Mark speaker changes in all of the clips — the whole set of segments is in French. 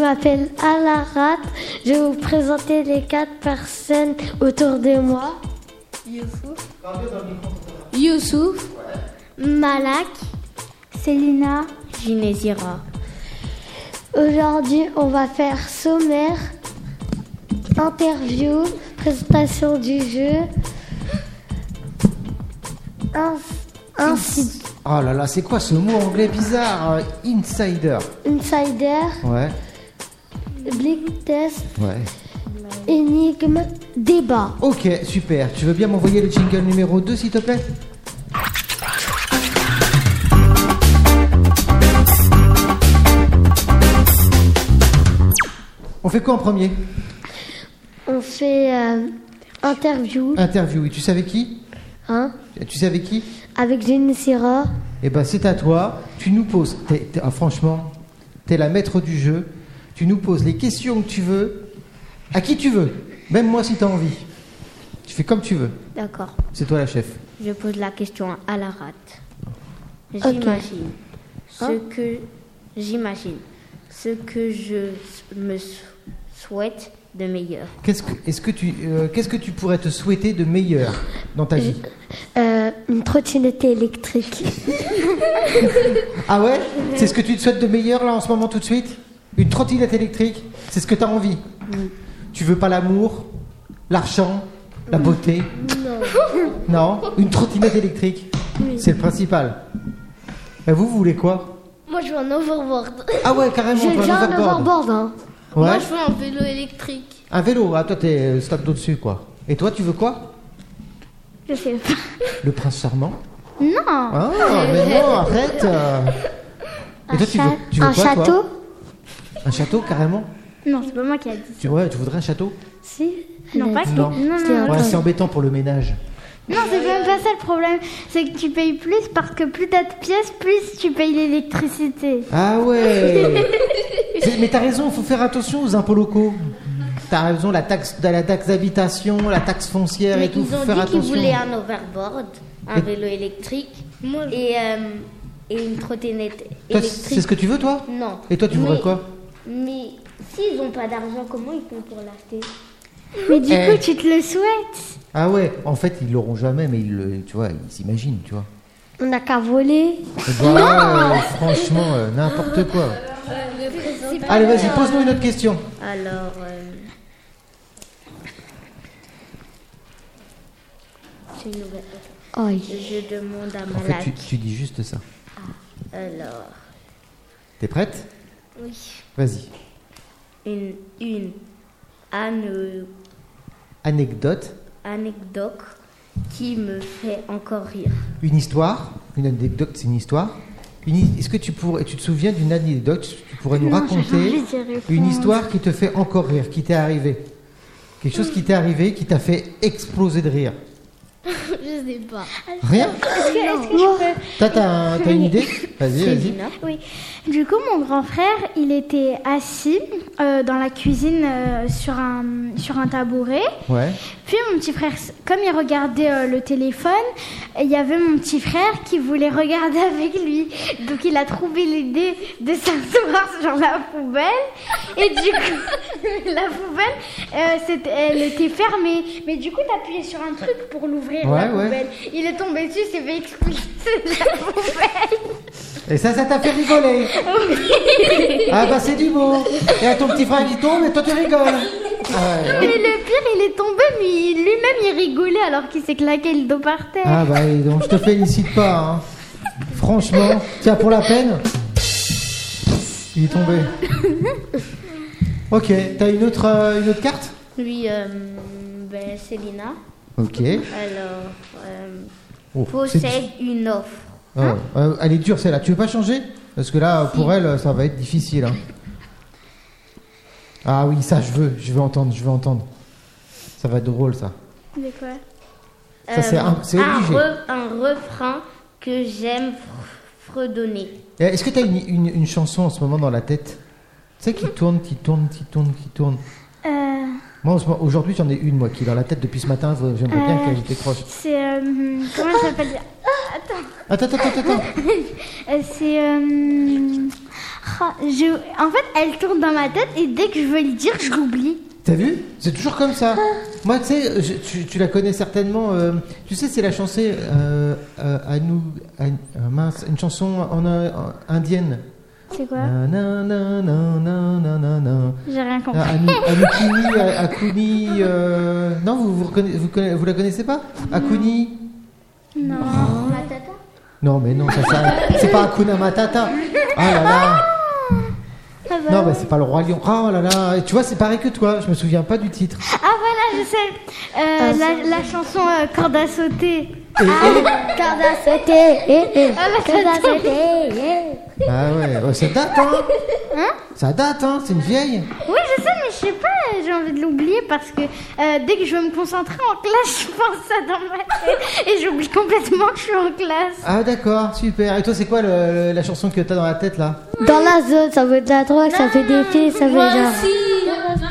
Speaker 1: m'appelle Alarat. Je vais vous présenter les quatre personnes autour de moi.
Speaker 2: Youssouf. Youssouf.
Speaker 1: Malak. Célina.
Speaker 3: Ginesira.
Speaker 1: Aujourd'hui, on va faire sommaire, interview, présentation du jeu, ins- ins-
Speaker 4: Oh là là, c'est quoi ce mot anglais bizarre euh, Insider.
Speaker 1: insider,
Speaker 4: Ouais,
Speaker 1: blick test,
Speaker 4: ouais.
Speaker 1: énigme, débat.
Speaker 4: Ok, super. Tu veux bien m'envoyer le jingle numéro 2, s'il te plaît On fait quoi en premier
Speaker 1: On fait euh, interview
Speaker 4: Interview. Et tu sais avec qui
Speaker 1: hein,
Speaker 4: Tu sais avec qui
Speaker 1: avec Jenny Sierra.
Speaker 4: Eh ben, c'est à toi. Tu nous poses. t'es- t'es- ah, franchement, t'es la maître du jeu. Tu nous poses les questions que tu veux, à qui tu veux. Même moi, si t'as envie. Tu fais comme tu veux.
Speaker 3: D'accord.
Speaker 4: C'est toi la chef.
Speaker 3: Je pose la question à la rate.
Speaker 1: Ok.
Speaker 3: J'imagine
Speaker 1: Hein
Speaker 3: ce que j'imagine ce que je me sou- souhaite de meilleur.
Speaker 4: Qu'est-ce que, est-ce que tu, euh, qu'est-ce que tu pourrais te souhaiter de meilleur dans ta vie
Speaker 1: Euh, une trottinette électrique.
Speaker 4: Ah ouais C'est ce que tu te souhaites de meilleur là en ce moment tout de suite Une trottinette électrique C'est ce que t'as envie Tu veux pas l'amour, l'argent, la beauté Non. Une trottinette électrique C'est le principal. Et vous, vous voulez quoi
Speaker 1: Moi, je veux un overboard.
Speaker 4: Ah ouais, carrément,
Speaker 1: J'ai
Speaker 4: on fait
Speaker 1: déjà
Speaker 4: un
Speaker 1: un overboard. hein.
Speaker 4: Ouais.
Speaker 2: Moi, je veux un vélo électrique.
Speaker 4: Un vélo, ah toi t'es euh, stade au-dessus quoi. Et toi, tu veux quoi
Speaker 1: Je sais pas.
Speaker 4: Le prince charmant
Speaker 1: Non.
Speaker 4: Ah, mais non, arrête euh. Et toi, tu veux, tu veux
Speaker 1: un
Speaker 4: quoi, toi
Speaker 1: château
Speaker 4: Un château, carrément
Speaker 5: Non, c'est pas moi qui a dit.
Speaker 4: tu, Ouais, tu voudrais un château
Speaker 1: Si.
Speaker 5: Non,
Speaker 1: elle a
Speaker 5: pas
Speaker 1: dit.
Speaker 4: Non.
Speaker 5: Non,
Speaker 1: Je l'ai
Speaker 5: non,
Speaker 4: Ouais,
Speaker 1: entendu.
Speaker 4: c'est embêtant pour le ménage.
Speaker 5: Non, c'est même pas ça le problème. C'est que tu payes plus parce que plus t'as de pièces, plus tu payes l'électricité.
Speaker 4: Ah ouais C'est- Mais t'as raison, faut faire attention aux impôts locaux. T'as raison, la taxe, la taxe d'habitation, la taxe foncière
Speaker 3: Mais
Speaker 4: et tout,
Speaker 3: ils
Speaker 4: faut
Speaker 3: ont
Speaker 4: faire
Speaker 3: dit qu'ils
Speaker 4: attention.
Speaker 3: voulaient un overboard, un
Speaker 4: Et-
Speaker 3: vélo électrique
Speaker 2: Moi, je-
Speaker 3: et, euh, et une trottinette
Speaker 4: Toi, c'est
Speaker 3: électrique.
Speaker 4: ce que tu veux, toi
Speaker 3: Non.
Speaker 4: Et toi, tu voudrais
Speaker 3: Mais-
Speaker 4: quoi
Speaker 3: Mais s'ils n'ont pas d'argent, comment ils font pour l'acheter
Speaker 5: Mais du
Speaker 4: Eh.
Speaker 5: coup, tu te le souhaites.
Speaker 4: Ah ouais, en fait, ils l'auront jamais, mais ils, le- tu vois, ils s'imaginent, tu vois.
Speaker 1: On n'a qu'à voler.
Speaker 4: Eh ben, euh, franchement, euh, n'importe quoi. Allez, vas-y, pose-nous une autre question.
Speaker 3: Alors, euh, c'est une nouvelle.
Speaker 1: Aïe.
Speaker 3: Je demande à
Speaker 4: En fait,
Speaker 3: Malak.
Speaker 4: tu, tu dis juste ça.
Speaker 3: Alors,
Speaker 4: T'es prête
Speaker 3: oui.
Speaker 4: Vas-y.
Speaker 3: Une, une ane-
Speaker 4: Anecdote,
Speaker 3: anecdote qui me fait encore rire.
Speaker 4: une histoire. Une anecdote, c'est une histoire. Une hi- Est-ce que tu pourrais, tu te souviens d'une anecdote Tu pourrais nous raconter
Speaker 5: envie d'y répondre.
Speaker 4: une histoire qui te fait encore rire, qui t'est arrivée Quelque chose qui t'est arrivé, qui t'a fait exploser de rire.
Speaker 2: je sais pas.
Speaker 4: Rien
Speaker 5: Est-ce que je peux
Speaker 4: T'as t'as un- t'as une idée Vas-y, vas-y.
Speaker 3: Célina,
Speaker 5: Oui. Du coup, mon grand frère, il était assis euh, dans la cuisine euh, sur, un, sur un tabouret.
Speaker 4: Ouais.
Speaker 5: Puis mon petit frère, comme il regardait euh, le téléphone, il y avait mon petit frère qui voulait regarder avec lui. Donc il a trouvé l'idée de s'asseoir sur la poubelle. Et du coup, la poubelle, euh, c'était- elle était fermée. Mais du coup, t'appuyais sur un truc pour l'ouvrir,
Speaker 4: Ouais,
Speaker 5: la
Speaker 4: ouais.
Speaker 5: poubelle. Il est tombé dessus, s'est fait expulser de la poubelle.
Speaker 4: Et ça, ça t'a fait rigoler Ah bah c'est du beau Et à ton petit frère qui tombe et toi tu rigoles Ah ouais.
Speaker 5: Et le pire, il est tombé, mais il- lui-même, il rigolait alors qu'il s'est claqué le dos par terre.
Speaker 4: Ah bah dis donc je te félicite pas. hein. Franchement, tiens pour la peine. Il est tombé. Ok, t'as une autre euh, une autre carte
Speaker 3: oui, euh, ben, Célina.
Speaker 4: Ok.
Speaker 3: Alors, euh,
Speaker 4: Oh, c'est difficile.
Speaker 3: possède une offre.
Speaker 4: Ah, euh, elle est dure celle-là. Tu veux pas changer Parce que là, pour elle, ça va être difficile. hein. Ah oui, ça je veux, je veux entendre, je veux entendre. Ça va être drôle ça.
Speaker 5: Mais quoi
Speaker 4: Ça,
Speaker 3: Euh,
Speaker 4: c'est un- c'est
Speaker 3: un,
Speaker 4: obligé.
Speaker 3: re- un refrain que j'aime fr- fredonner.
Speaker 4: Eh, Est-ce que t'as une, une, une chanson en ce moment dans la tête Tu sais qui tourne, qui tourne, qui tourne, qui tourne
Speaker 5: Euh,
Speaker 4: Moi, en ce moment- aujourd'hui, j'en ai une, moi, qui est dans la tête depuis ce matin. Faut- J'aimerais bien qu'elle décroche.
Speaker 5: C'est. euh, comment elle s'appelle
Speaker 4: Attends, attends, attends, attends.
Speaker 5: Euh, C'est. euh, Ah, je- En fait, elle tourne dans ma tête et dès que je veux lui dire, je l'oublie.
Speaker 4: T'as vu C'est toujours comme ça. Moi, tu sais, je- tu, tu la connais certainement. euh, tu sais, c'est la chanson euh, euh, à nous, à- euh, mince, une chanson en, euh, en- indienne.
Speaker 5: C'est quoi
Speaker 4: Na, na, na, na, na, na, na, na.
Speaker 5: J'ai rien
Speaker 4: Ah,
Speaker 5: compris.
Speaker 4: Anu- Anukini, A- Akuni. euh, Non, vous, vous, reconna- vous, conna- vous la connaissez pas Akuni
Speaker 5: Non.
Speaker 4: Non, mais non, ça, ça- c'est pas Akuna Matata. Ah là là.
Speaker 5: Ah, bah
Speaker 4: Non, mais
Speaker 5: oui.
Speaker 4: c'est pas le roi lion. Ah là là. Et tu vois, c'est pareil que toi. Je me souviens pas du titre.
Speaker 5: Ah, voilà, je sais.
Speaker 1: Ah,
Speaker 5: Euh, la, la chanson euh, Corde à sauter.
Speaker 4: Et- et-
Speaker 1: Corde à sauter, eh, eh.
Speaker 5: Ah, bah,
Speaker 1: Corde à sauter, eh.
Speaker 4: Ah ouais, ouais, ça date, hein Ça date, hein C'est une vieille
Speaker 5: Oui, je sais, mais je sais pas, euh, j'ai envie de l'oublier parce que euh, dès que je veux me concentrer en classe, je pense ça dans ma tête et j'oublie complètement que je suis en classe.
Speaker 4: Ah d'accord, super. Et toi, c'est quoi le- le- la chanson que t'as dans la tête, là
Speaker 1: Dans la zone, ça veut de la drogue, ça fait des pieds, ça fait genre.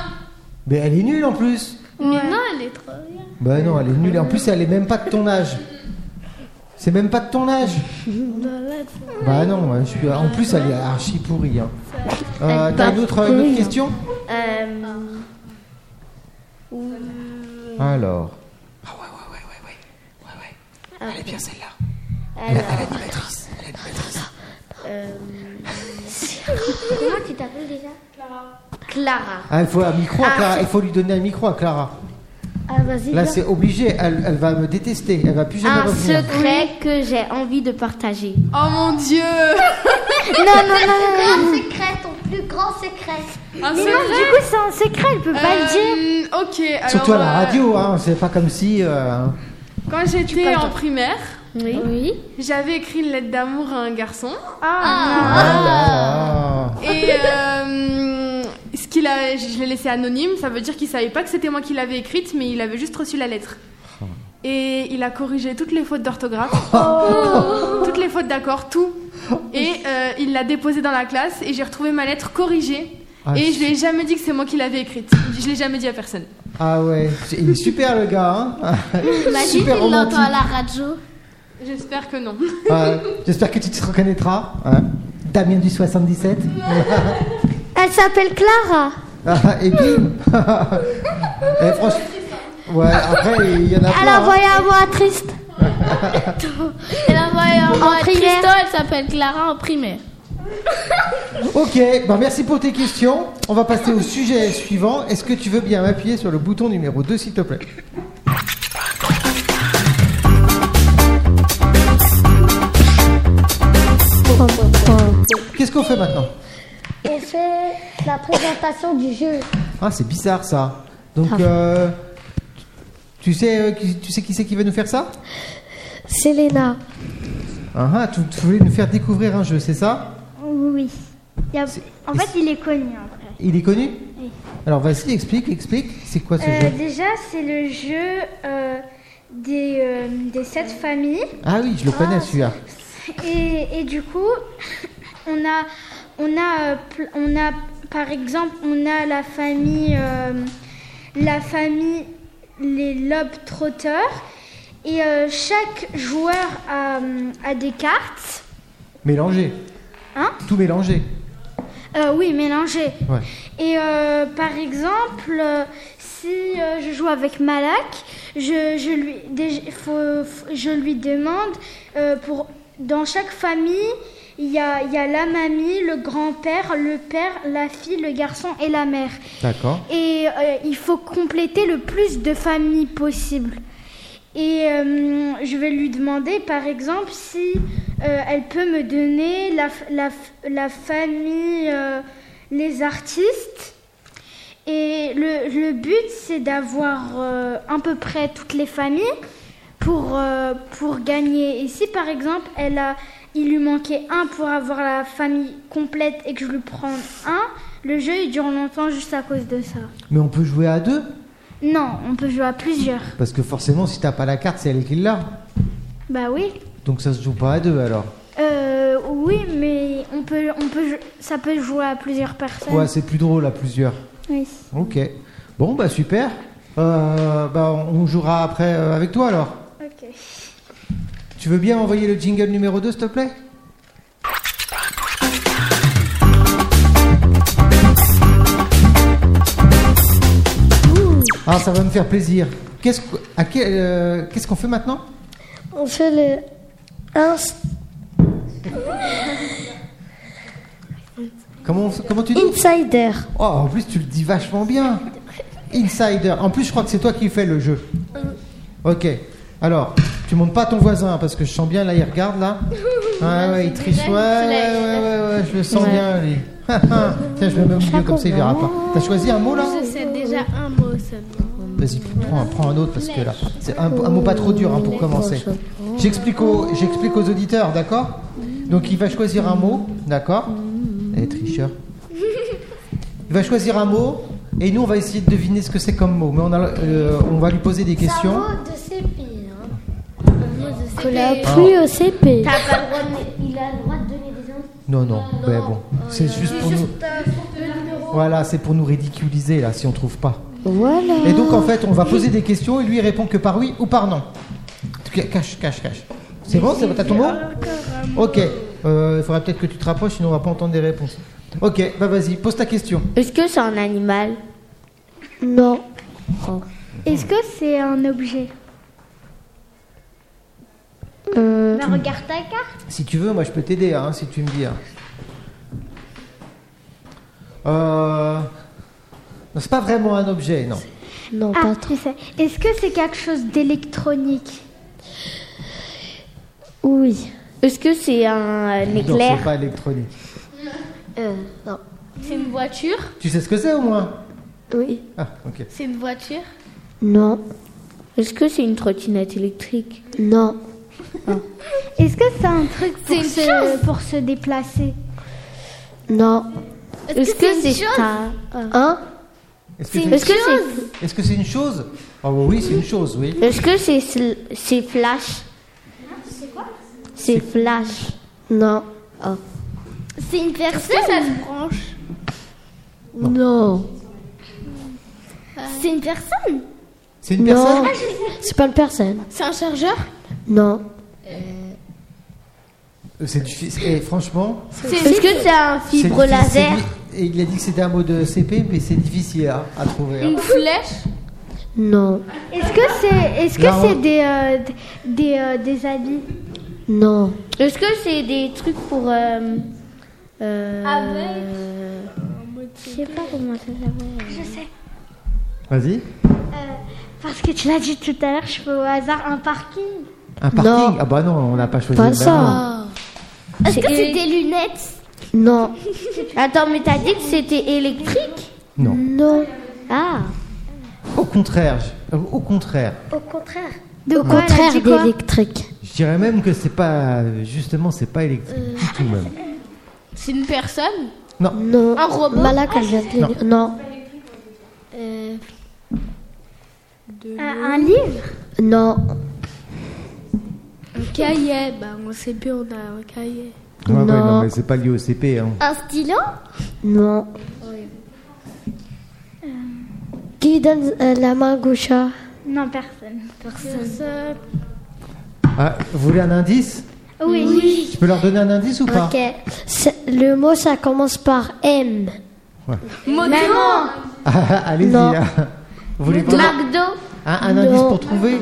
Speaker 4: Mais elle est nulle, en plus
Speaker 2: Mais non, elle est trop bien.
Speaker 4: Bah non, elle est nulle. Et en plus, elle est même pas de ton âge. C'est même pas de ton âge Bah non, ouais, je suis... en plus, elle est archi pourrie. hein. Euh, t'as une autre, une
Speaker 2: hein.
Speaker 4: autre question
Speaker 2: Ah.
Speaker 3: Euh,
Speaker 4: Alors...
Speaker 3: euh, Comment tu t'appelles déjà Clara.
Speaker 4: Ah, il faut un micro à Clara. Il faut lui donner un micro à Clara.
Speaker 1: Ah, vas-y.
Speaker 4: Là, c'est obligé. Elle, elle va me détester. Elle va plus jamais
Speaker 2: Ah,
Speaker 3: Un
Speaker 4: revenir.
Speaker 3: secret que j'ai envie de partager.
Speaker 2: Oh mon dieu
Speaker 6: Grand secret, ton plus grand secret.
Speaker 2: Un
Speaker 5: Mais non, du coup, c'est un secret, elle peut pas le dire.
Speaker 2: Euh, Ok, alors.
Speaker 4: Surtout à la
Speaker 2: euh,
Speaker 4: radio, hein. C'est pas comme si... euh,
Speaker 2: Quand j'étais en primaire,
Speaker 3: Oui.
Speaker 2: j'avais écrit une lettre d'amour à un garçon.
Speaker 5: Ah.
Speaker 2: Ah.
Speaker 4: Ah
Speaker 2: Et euh, ce qu'il a, je l'ai laissé anonyme, ça veut dire qu'il savait pas que c'était moi qui l'avais écrite, mais il avait juste reçu la lettre. Et il a corrigé toutes les fautes d'orthographe,
Speaker 4: Oh.
Speaker 2: toutes les fautes d'accord, tout. Et euh, il l'a déposée dans la classe et j'ai retrouvé ma lettre corrigée.
Speaker 4: Ah,
Speaker 2: et
Speaker 4: c'est-
Speaker 2: je lui ai jamais dit que c'est moi qui l'avais écrite. Je l'ai jamais dit à personne.
Speaker 4: Ah ouais, c'est- il est super le gars, hein Super romantique.
Speaker 6: la radio.
Speaker 2: J'espère que non.
Speaker 4: Ouais. Bah, J'espère que tu te reconnaîtras. hein. Damien du 77.
Speaker 1: Elle s'appelle Clara.
Speaker 4: Ah, Et bim Et franchement... Ouais, après, il y en a
Speaker 1: Elle a
Speaker 4: plein. hein.
Speaker 1: envoyé un mot à triste.
Speaker 6: Elle a envoyé un mot à
Speaker 1: primaire.
Speaker 6: Tristan, elle s'appelle Clara en primaire.
Speaker 4: Ok, bah merci pour tes questions. On va passer au sujet suivant. Est-ce que tu veux bien m'appuyer sur le bouton numéro 2, s'il te plaît Qu'est-ce qu'on fait maintenant
Speaker 1: Et c'est la présentation du jeu.
Speaker 4: Ah, c'est bizarre ça. Donc, euh, tu sais, euh, qui- tu sais qui c'est qui va nous faire ça
Speaker 1: Selena.
Speaker 4: Ah, ah, tu, tu voulais nous faire découvrir un jeu, c'est ça
Speaker 5: Oui. Il y a- En fait, il est connu. hein. en vrai.
Speaker 4: Il est connu Alors, vas-y, explique, explique. C'est quoi ce
Speaker 5: Euh,
Speaker 4: jeu
Speaker 5: déjà, c'est le jeu euh, des, euh, des sept familles.
Speaker 4: Ah oui, je le connais celui-là.
Speaker 5: Et, et du coup, on a, on, a, euh, pl- on a, par exemple, on a la famille, euh, la famille les lobes trotteurs. Et euh, chaque joueur a, euh, a des cartes.
Speaker 4: Mélanger.
Speaker 5: Hein
Speaker 4: Tout mélanger.
Speaker 5: Euh, oui, mélangées.
Speaker 4: Ouais.
Speaker 5: Et euh, par exemple, euh, si euh, je joue avec Malak, je, je lui, déj- faut- faut- je lui demande euh, pour dans chaque famille, il y a, il y a la mamie, le grand-père, le père, la fille, le garçon et la mère.
Speaker 4: D'accord.
Speaker 5: Et euh, il faut compléter le plus de familles possible. Et euh, je vais lui demander, par exemple, si euh, elle peut me donner la, f- la f- la famille, euh, les artistes. Et le, le but, c'est d'avoir euh, à peu près toutes les familles pour, euh, pour gagner. Et si, par exemple, elle a, il lui manquait un pour avoir la famille complète et que je lui prends un, le jeu, il dure longtemps juste à cause de ça.
Speaker 4: Mais on peut jouer à deux
Speaker 5: Non, on peut jouer à plusieurs.
Speaker 4: Parce que forcément, si t'as pas la carte, c'est elle qui l'a.
Speaker 5: Bah oui.
Speaker 4: Donc ça se joue pas à deux alors.
Speaker 5: Euh, oui, mais on peut, on peut, jou- ça peut jouer à plusieurs personnes.
Speaker 4: Ouais, c'est plus drôle à plusieurs.
Speaker 5: Oui.
Speaker 4: Ok. Bon, bah super. Euh, bah, on jouera après euh, avec toi alors.
Speaker 5: Ok.
Speaker 4: Tu veux bien envoyer le jingle numéro 2, s'il te plaît Ah, ça va me faire plaisir. Qu'est-ce que- à quel- euh, qu'est-ce qu'on fait maintenant
Speaker 1: On fait le inst-
Speaker 4: comment, on- comment tu dis
Speaker 1: insider.
Speaker 4: Oh, en plus, tu le dis vachement bien. Insider. En plus, je crois que c'est toi qui fais le jeu. Ok. Alors, tu montes pas à ton voisin parce que je sens bien là, il regarde là. Ah ouais, il triche. Ouais, ouais, ouais, ouais, ouais, je le sens bien lui. Tiens, je vais même mieux comme ça, il verra pas. T'as choisi un mot là
Speaker 6: Je sais déjà un mot seulement.
Speaker 4: Vas-y, prends, un- prends un autre parce que là, c'est un, un mot pas trop dur hein, pour commencer. J'explique aux, j'explique aux auditeurs, d'accord Donc il va choisir un mot, d'accord Eh, tricheur. Il va choisir un mot et nous on va essayer de deviner ce que c'est comme mot. Mais on, a, euh, on va lui poser des questions.
Speaker 6: de CP.
Speaker 1: La pluie au CP.
Speaker 6: Il a le droit de donner des indices.
Speaker 4: Non, non, ben bon, c'est juste euh, pour nous. Voilà, c'est pour nous ridiculiser là si on trouve pas.
Speaker 1: Voilà.
Speaker 4: Et donc en fait, on va poser des questions et lui il répond que par oui ou par non. Cache, cache, cache. C'est bon, c'est t'as ton mot Ok. Euh, Il faudrait peut-être que tu te rapproches, sinon on va pas entendre des réponses. Ok, bah vas-y, pose ta question.
Speaker 3: Est-ce que c'est un animal Oh.
Speaker 1: Non.
Speaker 5: Est-ce que c'est un objet
Speaker 1: Euh,
Speaker 5: Bah, Regarde ta carte.
Speaker 4: Si tu veux, moi je peux t'aider, hein, si tu me dis. hein. Euh... Non, c'est pas vraiment un objet, non.
Speaker 1: non,
Speaker 5: Ah,
Speaker 1: pas
Speaker 5: je
Speaker 1: trop.
Speaker 5: sais. Est-ce que c'est quelque chose d'électronique
Speaker 1: Oui.
Speaker 3: Est-ce que c'est un euh,
Speaker 4: Non,
Speaker 3: éclair
Speaker 4: c'est pas électronique.
Speaker 6: C'est une voiture
Speaker 4: Tu sais ce que c'est au moins
Speaker 1: Oui.
Speaker 4: Ah, ok.
Speaker 6: C'est une voiture
Speaker 1: Non.
Speaker 3: Est-ce que c'est une trottinette électrique
Speaker 1: Non.
Speaker 5: Est-ce que c'est un truc pour,
Speaker 6: C'est une
Speaker 5: se, pour se déplacer
Speaker 1: Non.
Speaker 3: Est-ce que c'est ça
Speaker 1: Hein
Speaker 4: Est-ce que
Speaker 3: Est-ce
Speaker 4: c'est
Speaker 3: que c'est
Speaker 4: est-ce que c'est une chose Ah oui, c'est une chose, oui.
Speaker 3: Est-ce que c'est sl- c'est flash C'est flash. Oh.
Speaker 1: Non.
Speaker 5: C'est une personne
Speaker 1: Non.
Speaker 5: C'est une personne
Speaker 4: C'est une
Speaker 1: Non.
Speaker 4: personne
Speaker 1: C'est pas une personne.
Speaker 6: C'est un chargeur
Speaker 1: Non.
Speaker 4: Euh, C'est difficile. Et franchement,
Speaker 3: Est-ce que c'est un fibre
Speaker 4: C'est difficile,
Speaker 3: laser
Speaker 4: c'est di- et il a dit que c'était un mot de CP, mais c'est difficile hein, à trouver. hein.
Speaker 6: Une flèche
Speaker 1: Non.
Speaker 5: Est-ce que c'est est-ce que
Speaker 4: Là, on-
Speaker 5: c'est des euh, d- des euh, des habits
Speaker 1: Non.
Speaker 3: Est-ce que c'est des trucs pour euh, euh,
Speaker 5: Je sais pas comment ça s'appelle. Je sais.
Speaker 4: Vas-y.
Speaker 5: Parce que tu l'as dit tout à l'heure, je fais au hasard un parking.
Speaker 4: Un parking Ah bah non, on n'a pas choisi.
Speaker 1: Pas
Speaker 4: bah non.
Speaker 1: ça.
Speaker 5: Est-ce que c'est des lunettes
Speaker 1: Non.
Speaker 3: Attends, mais t'as dit que c'était électrique
Speaker 4: Non.
Speaker 1: Non.
Speaker 3: Ah.
Speaker 4: Au contraire, je- au contraire.
Speaker 5: Au contraire.
Speaker 1: Au contraire d'électrique.
Speaker 4: Je dirais même que c'est pas. Justement, c'est pas électrique du tout même.
Speaker 6: C'est une personne
Speaker 4: Non.
Speaker 1: Non.
Speaker 6: Un robot
Speaker 1: Malak, elle vient de le dire. Non.
Speaker 5: Un, un livre
Speaker 1: Non.
Speaker 6: Un cahier Bah, on sait plus, on a un cahier.
Speaker 4: Ouais, ouais,
Speaker 1: Non.
Speaker 4: non, mais c'est pas lié au CP. hein.
Speaker 5: Un stylo
Speaker 1: Non. Qui donne euh, la main gauche à
Speaker 5: Non, personne. Personne.
Speaker 4: Ah, vous voulez un indice
Speaker 5: Oui.
Speaker 4: Je peux leur donner un indice ou pas
Speaker 1: Ok. C'est- Le mot, ça commence par M.
Speaker 4: Ah, Allez-y.
Speaker 1: Non.
Speaker 4: hein. Vous voulez vraiment
Speaker 3: McDo.
Speaker 4: un, un indice
Speaker 1: Non.
Speaker 4: pour trouver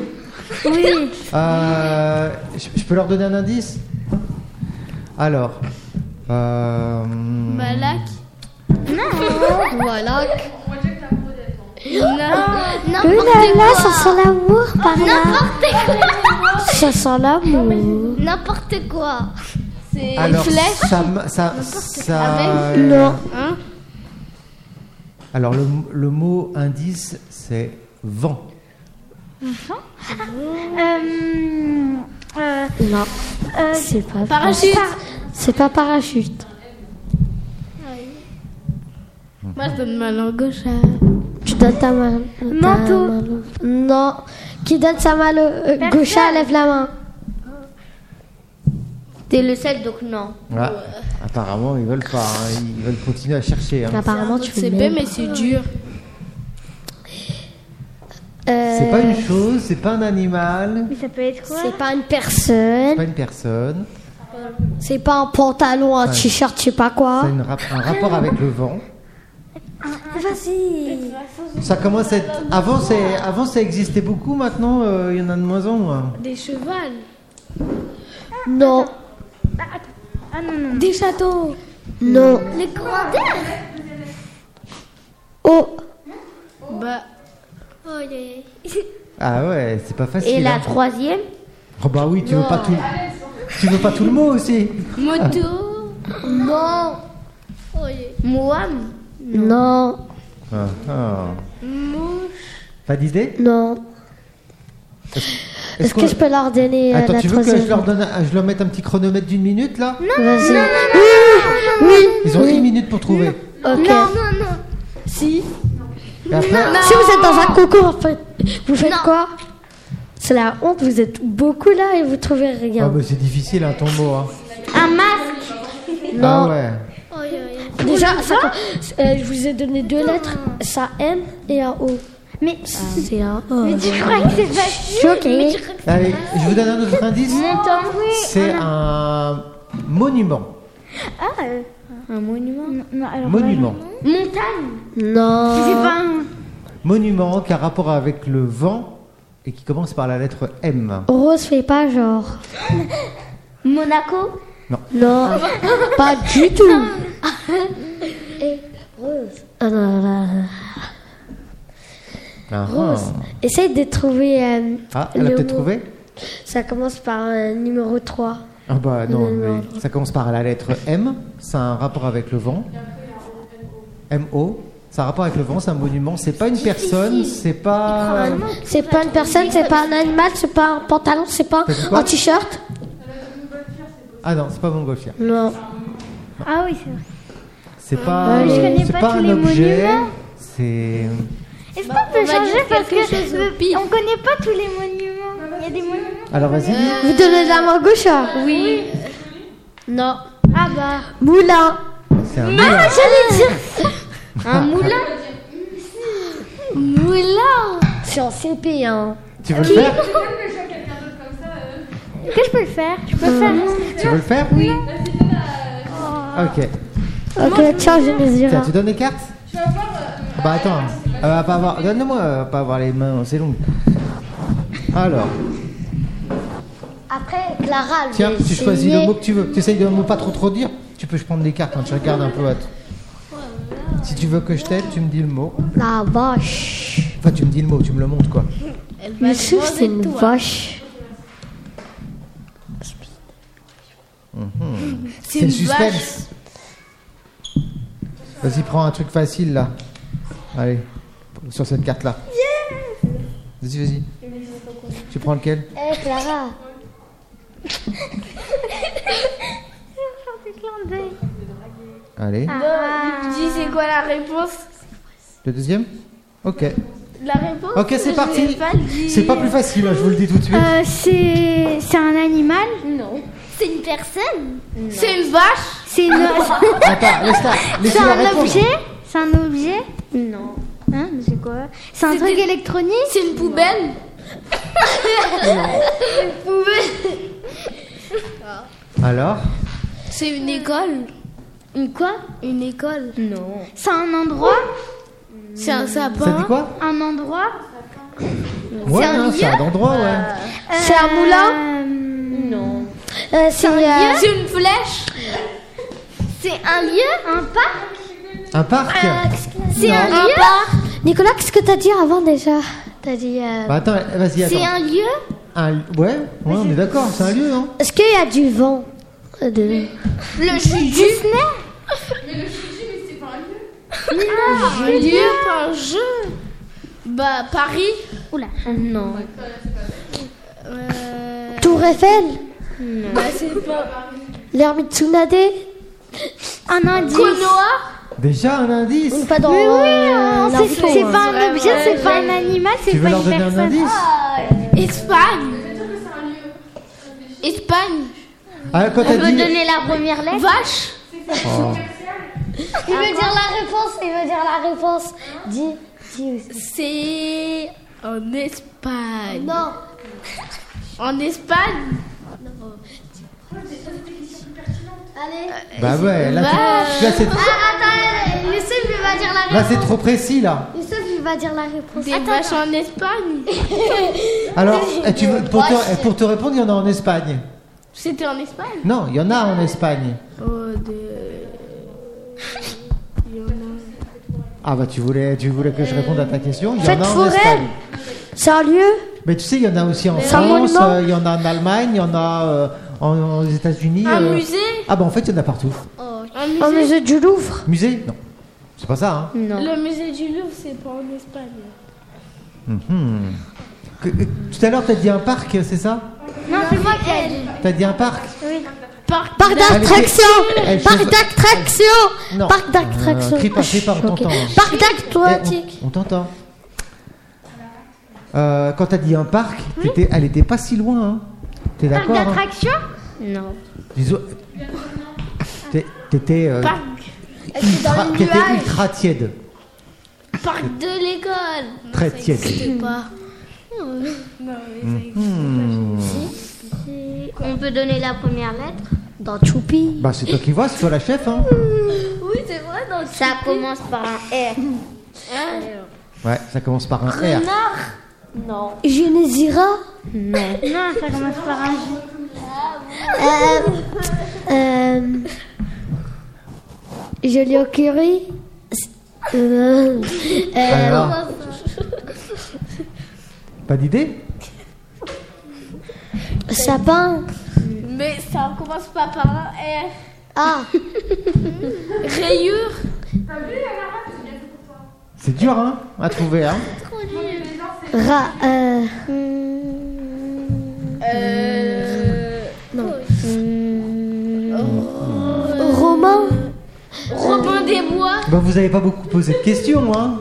Speaker 5: Oui.
Speaker 4: Euh, je, je peux leur donner un indice Alors. Euh,
Speaker 6: Malak
Speaker 1: Oh là là, ça sent l'amour par là. Ça sent l'amour.
Speaker 6: N'importe quoi C'est une
Speaker 4: Alors,
Speaker 6: flèche
Speaker 4: ça, m- ça, ça-
Speaker 1: Non.
Speaker 4: Alors, le, le mot indice, c'est vent.
Speaker 5: Euh, euh,
Speaker 1: Non. C'est pas
Speaker 6: Parachute
Speaker 1: C'est pas parachute.
Speaker 6: Moi, je donne ma langue gauche hein. à...
Speaker 1: Tu donnes ta main. ta
Speaker 5: Manteau.
Speaker 1: main- Non. Qui donne sa main euh, gauche à lève la main.
Speaker 3: T'es le seul, donc non.
Speaker 4: Ah, Apparemment, ils veulent pas. hein, Ils veulent continuer à chercher. hein.
Speaker 1: Apparemment, tu
Speaker 6: C'est
Speaker 1: le
Speaker 6: B,
Speaker 1: mets.
Speaker 6: mais c'est dur.
Speaker 1: Euh,
Speaker 4: C'est pas une chose, c'est pas un animal,
Speaker 5: mais ça peut être quoi
Speaker 1: c'est pas une personne.
Speaker 4: c'est pas une personne.
Speaker 1: C'est pas un pantalon, un
Speaker 4: Ouais.
Speaker 1: t-shirt, je sais pas
Speaker 4: Ça
Speaker 1: quoi.
Speaker 4: a une rap- un rapport avec le vent.
Speaker 1: Vas-y.
Speaker 4: Ça commence à être. Avant, c'est- Avant ça existait beaucoup, maintenant euh, il y en a de moins en moins.
Speaker 6: Des chevals.
Speaker 1: Non,
Speaker 5: Bah, Ah,
Speaker 6: Des châteaux.
Speaker 1: non.
Speaker 5: Les grandeurs
Speaker 1: Oh,
Speaker 6: Bah,
Speaker 4: Ah ouais, c'est pas facile.
Speaker 3: Et la
Speaker 4: hein.
Speaker 3: troisième
Speaker 4: Oh bah oui, tu veux pas tout. Tu veux pas tout le mot aussi
Speaker 6: moto.
Speaker 1: non,
Speaker 3: Moam
Speaker 1: non,
Speaker 4: Ah, ah. Pas d'idée
Speaker 1: non. Est-ce
Speaker 4: qu'on-
Speaker 1: que je peux leur donner euh,
Speaker 4: Attends,
Speaker 1: la
Speaker 4: tu veux que
Speaker 1: troisième
Speaker 4: je leur donne, un- je leur mette un petit chronomètre d'une minute là
Speaker 1: Vas-y. Oui, oui,
Speaker 4: Ils ont
Speaker 1: oui.
Speaker 4: une minute pour trouver.
Speaker 1: Ok.
Speaker 6: Si.
Speaker 4: Et après,
Speaker 1: Si vous êtes dans un concours, en fait, vous faites quoi C'est la honte, vous êtes beaucoup là et vous trouvez
Speaker 4: Ah,
Speaker 1: rien.
Speaker 4: bah, c'est difficile hein, ton mot. Hein.
Speaker 5: Un masque
Speaker 1: Non.
Speaker 4: Ah ouais.
Speaker 1: Déjà, ça, euh, je vous ai donné deux lettres, ça N et un O. Ah.
Speaker 5: Mais,
Speaker 1: C'est un O.
Speaker 5: mais tu crois que c'est facile
Speaker 1: Choqué.
Speaker 4: Allez, je vous donne un autre indice.
Speaker 5: Montant
Speaker 4: C'est un monument.
Speaker 3: Un monument
Speaker 5: Non, alors,
Speaker 4: Monument.
Speaker 5: Montagne C'est
Speaker 1: Non.
Speaker 5: pas un...
Speaker 4: Monument qui a rapport avec le vent et qui commence par la lettre M.
Speaker 1: Rose fait pas genre.
Speaker 5: Monaco
Speaker 1: Non, pas du tout. Ah, non, non, non.
Speaker 4: Ah,
Speaker 1: Rose. Essaye de trouver. euh,
Speaker 4: Ah, elle a
Speaker 1: le
Speaker 4: peut-être
Speaker 1: mot.
Speaker 4: trouvé
Speaker 1: Ça commence par euh, numéro 3.
Speaker 4: Ah bah
Speaker 1: Non.
Speaker 4: non, mais ça commence par la lettre M, ça a un rapport avec le vent. M-O, ça a un rapport avec le vent, c'est un monument, c'est pas une personne, c'est pas...
Speaker 1: C'est pas une personne, c'est pas un animal, c'est pas un pantalon, c'est pas
Speaker 4: T'as dit quoi
Speaker 1: un t-shirt.
Speaker 4: Ah non, c'est pas montgolfière.
Speaker 1: Non.
Speaker 5: Ah oui, c'est vrai.
Speaker 4: C'est pas,
Speaker 5: je
Speaker 4: euh,
Speaker 5: connais
Speaker 4: c'est
Speaker 5: pas
Speaker 4: pas
Speaker 5: tous
Speaker 4: un
Speaker 5: les
Speaker 4: objet,
Speaker 5: monuments.
Speaker 4: c'est...
Speaker 5: Est-ce qu'on
Speaker 6: Bah,
Speaker 5: peut
Speaker 6: on va
Speaker 5: changer
Speaker 6: dire
Speaker 5: parce
Speaker 6: quelque
Speaker 5: que
Speaker 6: chose au pif.
Speaker 5: on connaît pas tous les monuments. Il y a des monuments.
Speaker 4: Alors vas-y,
Speaker 5: Euh,
Speaker 1: Vous donnez de la main gauche hein
Speaker 3: Oui. Non.
Speaker 5: Ah bah.
Speaker 1: Moulin. Ah.
Speaker 4: c'est un moulin.
Speaker 3: Un moulin
Speaker 1: Moulin C'est en CP, hein.
Speaker 4: Tu veux le faire
Speaker 5: Est-ce euh? que je peux le faire Je peux faire.
Speaker 4: Euh, Tu veux le faire Oui. Ok.
Speaker 1: Ok, tiens, je mesure.
Speaker 4: Tiens, tu donnes les cartes
Speaker 5: euh,
Speaker 4: Ah Bah attends, elle va pas avoir... Donne-moi, elle va pas avoir les mains, c'est long. Alors...
Speaker 1: Après, Clara, elle
Speaker 4: Tiens,
Speaker 1: va
Speaker 4: tu choisis le
Speaker 1: essayer.
Speaker 4: mot que tu veux. Tu essayes de ne pas trop trop dire. Tu peux je prendre des cartes quand tu regardes un peu à t- Si tu veux que je t'aide, tu me dis le mot.
Speaker 1: La vache.
Speaker 4: Enfin, tu me dis le mot, tu me le montres quoi.
Speaker 6: Elle va
Speaker 1: Le
Speaker 6: te
Speaker 1: souffle, c'est une
Speaker 6: manger, toi.
Speaker 1: vache.
Speaker 4: C'est le suspense. Vas-y, prends un truc facile là. Allez, sur cette carte là. Vas-y, vas-y. Tu prends lequel
Speaker 1: Eh, Clara.
Speaker 5: Ah.
Speaker 4: Allez.
Speaker 6: Je dis c'est quoi la réponse
Speaker 4: Le deuxième Ok.
Speaker 6: La réponse
Speaker 4: Ok, c'est
Speaker 6: je
Speaker 4: parti.
Speaker 6: vais pas le dire.
Speaker 4: C'est pas plus facile, hein, je vous le dis tout de suite.
Speaker 5: Euh, c'est c'est un animal
Speaker 6: Non.
Speaker 5: C'est une personne
Speaker 6: C'est une vache.
Speaker 5: C'est une-
Speaker 4: Attends, laisse-la.
Speaker 5: c'est
Speaker 4: Laisse-la
Speaker 5: un
Speaker 4: répondre.
Speaker 5: objet C'est un objet Non. Hein, mais c'est quoi C'est un truc électronique
Speaker 6: C'est une poubelle.
Speaker 4: Alors
Speaker 6: C'est une école.
Speaker 5: Une quoi
Speaker 6: Une école.
Speaker 3: Non.
Speaker 5: C'est un endroit
Speaker 6: C'est un
Speaker 4: Ça dit
Speaker 6: sapin.
Speaker 4: quoi
Speaker 5: Un endroit
Speaker 4: Ouais, non, c'est un endroit, ouais.
Speaker 1: C'est un moulin
Speaker 5: Euh,
Speaker 3: Non.
Speaker 1: Euh, C'est euh,
Speaker 6: C'est une flèche.
Speaker 5: C'est un lieu Un parc
Speaker 4: Un parc
Speaker 5: C'est un lieu
Speaker 1: Nicolas, qu'est-ce que t'as dit avant déjà T'as dit. euh,
Speaker 4: Bah attends, vas-y,
Speaker 5: C'est
Speaker 4: attends.
Speaker 5: un lieu
Speaker 4: Un... Ouais, ouais, on est d'accord, c'est un lieu, hein
Speaker 1: Est-ce qu'il y a du vent Euh, de-
Speaker 5: Le Disney
Speaker 6: Un lieu, un jeu. Bah Paris.
Speaker 5: Oula.
Speaker 3: Non.
Speaker 6: Euh,
Speaker 1: Tour Eiffel
Speaker 6: bah c'est pas.
Speaker 1: L'ermite Tsunade
Speaker 5: Un indice
Speaker 6: Konoha.
Speaker 4: Déjà un indice
Speaker 1: Pas dans.
Speaker 5: Mais oui,
Speaker 1: euh,
Speaker 5: hein, c'est-
Speaker 1: Naruto,
Speaker 5: c'est
Speaker 1: hein.
Speaker 5: pas un objet, c'est pas un animal,
Speaker 4: Tu
Speaker 5: Ah, c'est
Speaker 4: veux
Speaker 5: pas
Speaker 4: leur
Speaker 5: une
Speaker 4: donner un
Speaker 5: personne.
Speaker 4: indice
Speaker 6: Euh, Espagne. Espagne.
Speaker 4: Ah, quand
Speaker 5: On
Speaker 4: t'as
Speaker 5: peut
Speaker 4: dit...
Speaker 5: donner la première lettre
Speaker 6: Vache.
Speaker 4: Oh.
Speaker 1: Il
Speaker 5: Ah,
Speaker 1: veut dire la réponse, il veut dire la réponse. Dis, dis aussi.
Speaker 6: C'est en Espagne.
Speaker 1: Non,
Speaker 6: En Espagne.
Speaker 1: allez.
Speaker 5: Euh,
Speaker 4: Bah ouais, là, tu- là, c'est...
Speaker 5: ah, Laissez, je vais
Speaker 1: va dire la réponse.
Speaker 4: Là, c'est trop précis, là.
Speaker 1: Youssef, il va dire la réponse.
Speaker 6: Des
Speaker 1: Attends,
Speaker 6: vaches en Espagne.
Speaker 4: Alors, eh, tu veux- pour,
Speaker 6: Ouais,
Speaker 4: te, pour te répondre, il y en a en Espagne.
Speaker 6: C'était en Espagne
Speaker 4: Non, il y en a en Espagne.
Speaker 6: Oh, de...
Speaker 4: Ah bah tu voulais, tu voulais que je réponde à ta question. Il y en
Speaker 1: Fête
Speaker 4: a en
Speaker 1: foraine.
Speaker 4: Espagne.
Speaker 1: c'est un lieu
Speaker 4: Mais tu sais, il y en a aussi en
Speaker 1: un
Speaker 4: France,
Speaker 1: monument.
Speaker 4: euh, il y en a en Allemagne, il y en a euh, en- aux États-Unis.
Speaker 6: Un Ah,
Speaker 4: euh.
Speaker 6: musée
Speaker 4: Ah bah en fait, il y en a partout.
Speaker 6: Un musée
Speaker 1: au musée du Louvre.
Speaker 4: Musée Non, c'est pas ça.
Speaker 5: Mm.
Speaker 4: Hein.
Speaker 6: Le musée du Louvre, c'est pas en Espagne.
Speaker 4: Mhm. Que- que- Tout à l'heure, t'as dit un parc, c'est ça
Speaker 5: Non, c'est moi qui ai dit.
Speaker 4: T'as dit un parc
Speaker 1: Parc d'attraction
Speaker 4: Elle fait-
Speaker 1: Parc d'attraction
Speaker 4: Non.
Speaker 1: Parc
Speaker 4: Euh,
Speaker 1: d'attraction
Speaker 4: crie pas, crie pas, on
Speaker 1: Je suis
Speaker 4: t'entend.
Speaker 1: choquée. Parc
Speaker 4: Eh,
Speaker 1: d'attraction
Speaker 4: on on t'entend. Euh, quand t'as dit un parc, t'étais- elle était pas si loin. Hein. T'es
Speaker 5: Parc
Speaker 4: d'accord hein
Speaker 5: d'attraction
Speaker 3: Non.
Speaker 4: Disons- T'é- T'étais. euh, ultra- T'étais ultra tiède.
Speaker 6: Parc de l'école.
Speaker 4: Très tiède.
Speaker 6: C'était pas. Non, mais
Speaker 3: On peut donner la première lettre
Speaker 1: Dans Choupi.
Speaker 4: Bah, c'est toi qui vois, c'est toi la chef. Hein.
Speaker 6: Oui, c'est vrai, dans le
Speaker 3: Ça commence par un R.
Speaker 4: Ouais, ça commence par un R.
Speaker 1: Genesira
Speaker 5: Non, ça commence par un J.
Speaker 1: Euh, euh, Joliot Curie euh, euh,
Speaker 4: Alors Pas d'idée
Speaker 1: Sapin
Speaker 6: Mais ça commence pas par un R.
Speaker 1: Ah
Speaker 6: Rayure.
Speaker 4: C'est dur hein, à trouver. Hein.
Speaker 1: Ra, euh,
Speaker 6: Euh.
Speaker 1: Euh. Oh. Romain
Speaker 6: Robin des Bois.
Speaker 4: Bah, vous avez pas beaucoup posé de questions. Hein.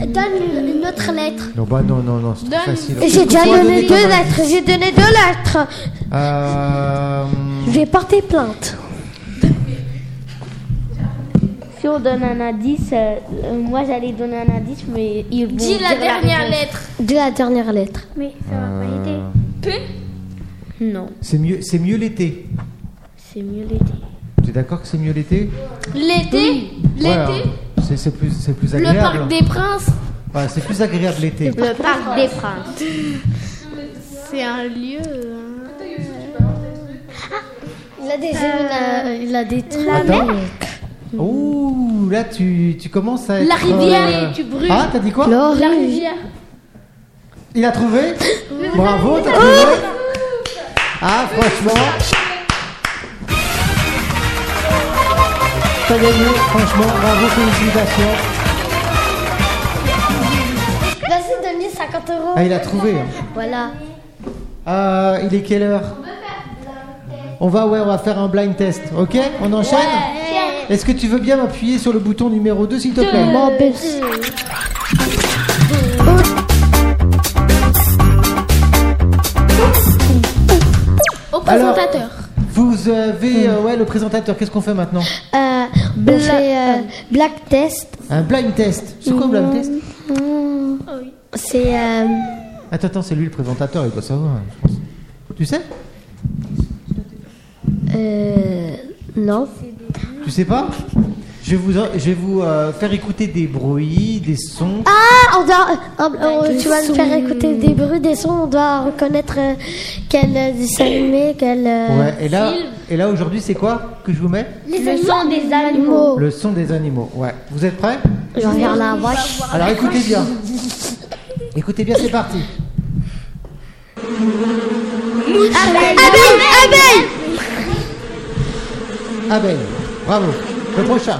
Speaker 1: Donne une autre lettre.
Speaker 4: Non, bah, non, non, non, c'est trop facile.
Speaker 1: J'ai déjà
Speaker 4: Pourquoi
Speaker 1: donné
Speaker 4: donner
Speaker 1: deux
Speaker 4: ton avis
Speaker 1: lettres. J'ai donné deux lettres.
Speaker 4: Euh,
Speaker 1: Je vais porter plainte.
Speaker 3: Si on donne un indice, euh, euh, moi j'allais donner un indice, mais ils vont
Speaker 6: Dis la
Speaker 3: dire
Speaker 6: dernière
Speaker 3: réponse.
Speaker 6: lettre.
Speaker 1: De la dernière lettre.
Speaker 5: Mais ça va pas aider.
Speaker 4: euh,
Speaker 6: P.
Speaker 3: Non,
Speaker 4: c'est mieux, c'est mieux l'été.
Speaker 3: c'est mieux l'été.
Speaker 4: Tu es d'accord que c'est mieux l'été
Speaker 6: L'été. L'été.
Speaker 4: Ouais, hein. C'est- C'est plus, c'est plus
Speaker 6: Le
Speaker 4: agréable.
Speaker 6: parc des princes.
Speaker 4: Ouais, c'est plus agréable l'été.
Speaker 3: Le parc des princes.
Speaker 6: C'est un lieu.
Speaker 1: Il a des il a des
Speaker 4: Attends. Ouh, là tu, tu commences à être.
Speaker 6: La rivière, tu brûles.
Speaker 4: Oh, Ah, t'as dit quoi
Speaker 1: Oh,
Speaker 6: La rivière.
Speaker 4: Il a trouvé Bravo, t'as trouvé Ah, franchement. T'as gagné, franchement, bravo, félicitations.
Speaker 1: Vas-y, donne 50 euros.
Speaker 4: Ah, il a trouvé. hein.
Speaker 1: Voilà.
Speaker 4: Euh, il est quelle heure On va, ouais, on va faire un blind test, ok On enchaîne Est-ce que tu veux bien m'appuyer sur le bouton numéro 2, s'il te plaît
Speaker 6: Au
Speaker 4: Alors-
Speaker 6: présentateur.
Speaker 4: Vous avez, euh, ouais, le présentateur, qu'est-ce qu'on fait maintenant
Speaker 1: Euh, on fait euh, black test.
Speaker 4: Un blind test. C'est quoi un blind test
Speaker 1: Oh. C'est euh,
Speaker 4: Attends, attends, c'est lui le présentateur, il doit savoir, je pense. Tu sais
Speaker 1: euh, non.
Speaker 4: Tu sais pas Je vais vous, en- je vais vous euh, faire écouter des bruits, des sons.
Speaker 1: Ah, on doit. euh, euh, tu vas me faire écouter des bruits, des sons. On doit reconnaître euh, quel euh, dessin animé, quel. euh,
Speaker 4: ouais, et là, et là aujourd'hui, c'est quoi que je vous mets
Speaker 3: Le sang des animaux.
Speaker 1: animaux.
Speaker 4: Le son des animaux. Ouais. Vous êtes prêts
Speaker 1: Je regarde la vache.
Speaker 4: Alors écoutez bien. Écoutez bien, c'est parti.
Speaker 1: Abeille, abeille.
Speaker 4: Abeille. Bravo. Le prochain.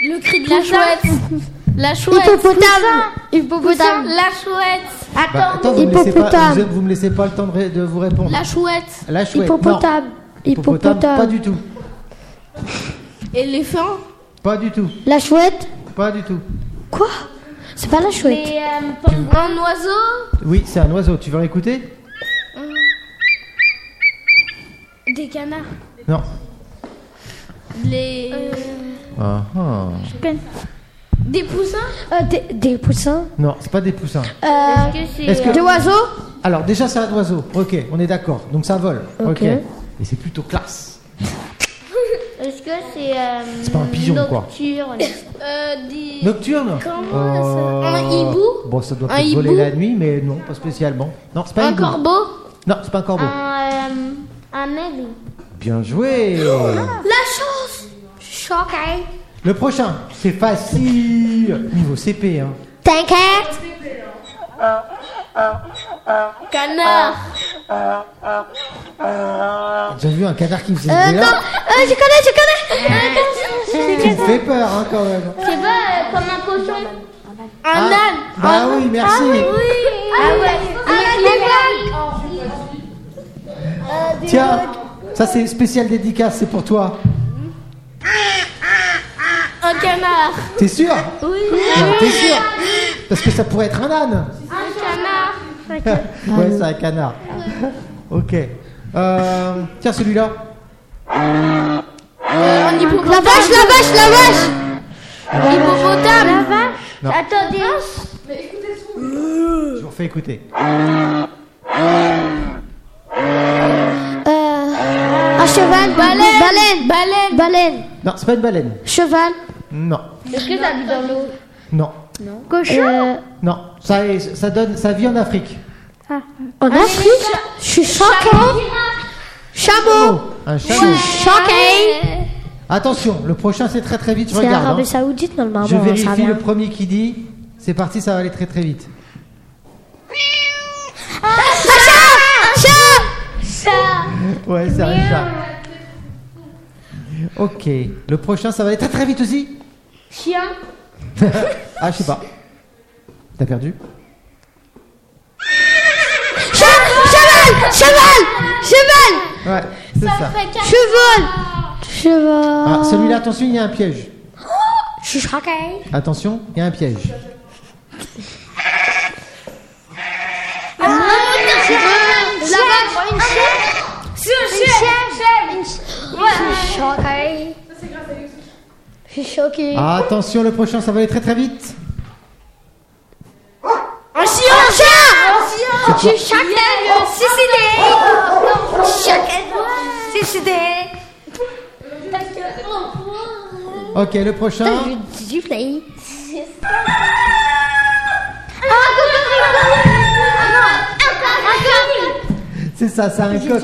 Speaker 6: Le cri de la chouette. La chouette.
Speaker 1: Hippopotame. Hippopotame.
Speaker 6: La chouette.
Speaker 4: Bah, attends, vous me, laissez pas,
Speaker 1: Hippopotame.
Speaker 4: vous, vous me laissez pas le temps de, ré- de vous répondre.
Speaker 6: La chouette.
Speaker 4: La chouette.
Speaker 1: Hippopotame.
Speaker 4: Non. Hippopotame. Pas
Speaker 1: Hippopotame.
Speaker 4: du tout.
Speaker 6: Éléphant.
Speaker 4: Pas du tout.
Speaker 1: La chouette.
Speaker 4: Pas du tout.
Speaker 1: Quoi C'est pas la chouette.
Speaker 3: Et, euh,
Speaker 6: Un oiseau.
Speaker 4: Oui, c'est un oiseau. Tu veux l'écouter
Speaker 6: Euh, Des canards.
Speaker 4: Non.
Speaker 6: Les... euh,
Speaker 4: Ah, ah.
Speaker 6: Des poussins.
Speaker 1: Euh, des, des poussins.
Speaker 4: Non, c'est pas des poussins.
Speaker 1: Euh,
Speaker 3: que c'est
Speaker 4: Est-ce que
Speaker 1: des oiseaux.
Speaker 4: alors déjà c'est un oiseau. Ok, on est d'accord. Donc ça vole. Ok.
Speaker 1: Ok.
Speaker 4: Et c'est plutôt classe.
Speaker 3: Est-ce que c'est. euh,
Speaker 4: C'est pas un pigeon, quoi.
Speaker 3: nocturne
Speaker 6: Euh, dis-
Speaker 4: Nocturne
Speaker 6: Comment ça
Speaker 4: Euh,
Speaker 6: Un hibou
Speaker 4: Bon, ça doit
Speaker 6: Un
Speaker 4: peut-être voler
Speaker 6: hibou
Speaker 4: la nuit, mais non, pas spécialement. Non, c'est pas
Speaker 6: Un
Speaker 4: hibou.
Speaker 6: corbeau
Speaker 4: Non, c'est pas un corbeau.
Speaker 3: Un. euh, un aigle
Speaker 4: Bien joué
Speaker 6: La chance
Speaker 1: hein.
Speaker 3: Choqué
Speaker 4: Le prochain, c'est facile Niveau CP, hein.
Speaker 1: T'inquiète
Speaker 6: Canard
Speaker 4: T'as déjà vu un canard qui faisait
Speaker 1: Euh,
Speaker 4: ce
Speaker 1: non,
Speaker 4: là
Speaker 1: euh, je connais, je connais
Speaker 4: Tu me fais peur, hein, quand même.
Speaker 6: C'est pas euh, comme un cochon
Speaker 4: Un âne Bah oui,
Speaker 1: ah,
Speaker 4: merci
Speaker 3: Ah ouais
Speaker 4: Tiens, ça c'est spécial dédicace, c'est pour toi.
Speaker 6: Un canard
Speaker 4: T'es sûr Oui T'es sûr Parce que ça pourrait être un âne Un canard Ouais, c'est un canard. Ok. Euh, tiens, celui-là.
Speaker 1: La vache, la vache, la vache
Speaker 3: Attendez
Speaker 4: Je vous refais écouter.
Speaker 1: Euh, un cheval, baleine, baleine, baleine,
Speaker 4: Non, c'est pas une baleine.
Speaker 1: cheval,
Speaker 4: Non.
Speaker 3: Est-ce que ça vit dans l'eau
Speaker 4: Non.
Speaker 5: Cochon
Speaker 1: euh,
Speaker 4: Non. Ça, est- ça, donne, ça vit en Afrique.
Speaker 1: en Afrique, je suis choquée,
Speaker 3: Ah
Speaker 1: chameau,
Speaker 4: Oh, un
Speaker 1: je
Speaker 4: chat.
Speaker 1: suis choquée.
Speaker 4: Attention, le prochain c'est très très vite, je
Speaker 1: C'est
Speaker 4: regarde.
Speaker 1: l'Arabie
Speaker 4: hein.
Speaker 1: Saoudite normalement,
Speaker 4: Je
Speaker 1: ça
Speaker 4: vérifie
Speaker 1: vient.
Speaker 4: le premier qui dit. C'est parti, ça va aller très très vite. Ouais, c'est un chat. Ok, le prochain ça va aller très très vite aussi.
Speaker 3: Chien
Speaker 4: Ah, je sais pas. T'as perdu
Speaker 1: Cheval, cheval, cheval,
Speaker 4: Ouais, c'est ça.
Speaker 1: cheval, cheval.
Speaker 4: Ah, celui-là, attention, il y a un piège.
Speaker 1: Je suis choquée.
Speaker 4: Attention, il y a un piège.
Speaker 3: Choqué Je suis choquée
Speaker 4: Ah, attention, le prochain ça va aller très très vite.
Speaker 1: Un chien,
Speaker 4: Ah,
Speaker 1: un chien, je suis choquée.
Speaker 4: Ok, le prochain. C'est ça, c'est un coq.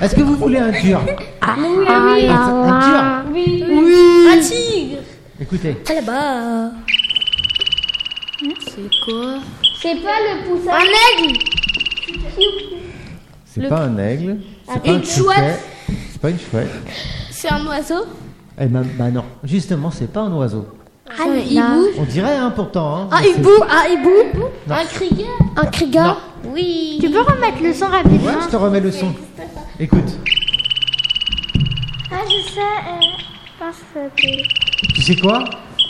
Speaker 4: Est-ce que vous voulez un dur oui, ah, Un dur
Speaker 6: Un tigre
Speaker 4: Écoutez,
Speaker 1: Là-bas.
Speaker 3: C'est pas le poussin
Speaker 7: C'est pas un aigle. C'est pas
Speaker 6: Une
Speaker 7: un chouette. C'est pas une chouette.
Speaker 6: C'est un oiseau
Speaker 4: eh ben, bah non, justement, c'est pas un oiseau.
Speaker 1: Un hibou.
Speaker 4: On dirait, hein, pourtant. Hein,
Speaker 1: Un
Speaker 4: mais c'est-
Speaker 1: hibou, un hibou.
Speaker 4: Non.
Speaker 1: Un criga. Un criga. Oui.
Speaker 5: Tu peux remettre le son rapidement
Speaker 4: Ouais, je te remets le son. Écoute,
Speaker 5: Ah, je sais. je pense que...
Speaker 4: tu sais quoi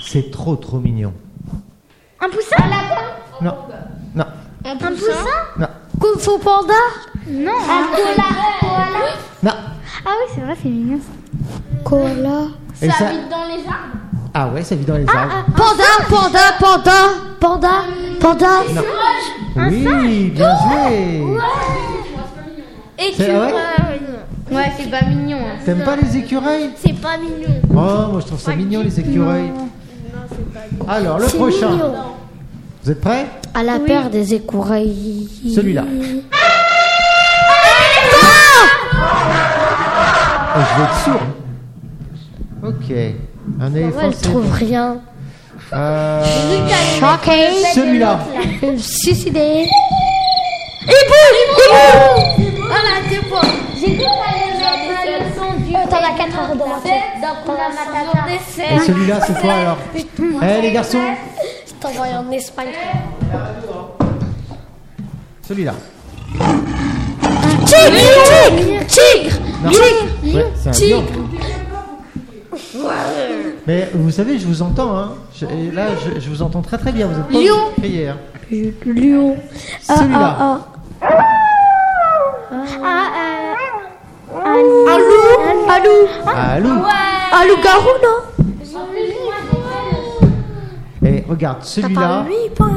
Speaker 4: C'est trop trop mignon.
Speaker 5: Un poussin Un lapin
Speaker 4: Non, non,
Speaker 6: Un poussin
Speaker 4: non,
Speaker 1: Kung Fu Panda.
Speaker 5: Non. Un
Speaker 4: non.
Speaker 5: Ah oui, c'est vrai, c'est mignon.
Speaker 1: Koala.
Speaker 4: Et
Speaker 6: Ça
Speaker 4: ça-
Speaker 6: habite dans les arbres
Speaker 4: Ah ouais, ça vit dans les arbres.
Speaker 1: Panda, panda, panda, panda, panda.
Speaker 4: Non. Oui, bien joué.
Speaker 6: Écureuil
Speaker 3: Ouais, c'est pas mignon.
Speaker 4: T'aimes pas les écureuils
Speaker 6: C'est pas mignon
Speaker 4: Oh, moi je trouve ça mignon les écureuils. Alors, le prochain. Vous êtes prêts
Speaker 1: À la peur des écureuils.
Speaker 4: Celui-là. Oh, je vais être sourd. Ok. Un éléphant,
Speaker 1: Elle
Speaker 4: c'est
Speaker 1: trouve rien.
Speaker 4: Euh,
Speaker 1: Choqué.
Speaker 4: Celui-là.
Speaker 1: Suicidé.
Speaker 6: Voilà, deux points
Speaker 3: J'ai dit que t'allais mettre le son du.
Speaker 1: Oh,
Speaker 3: T'en as 4 heures dans la tête. Donc on a matata.
Speaker 4: Et celui-là, c'est quoi alors Eh les garçons
Speaker 1: Je t'envoie en Espagne.
Speaker 4: Celui-là.
Speaker 1: Tigre, tigre, tigre.
Speaker 4: Non. Ouais, c'est un lion. Mais vous savez, je vous entends. Hein. Je- et là, je, je vous entends très très bien. Vous êtes pas obligés de crier, hein.
Speaker 1: Lion.
Speaker 4: Celui-là.
Speaker 1: Un loup. Un loup.
Speaker 4: Ah, loup.
Speaker 1: Un loup-garou, non
Speaker 4: Et regarde, celui-là.
Speaker 1: Lui, pas un.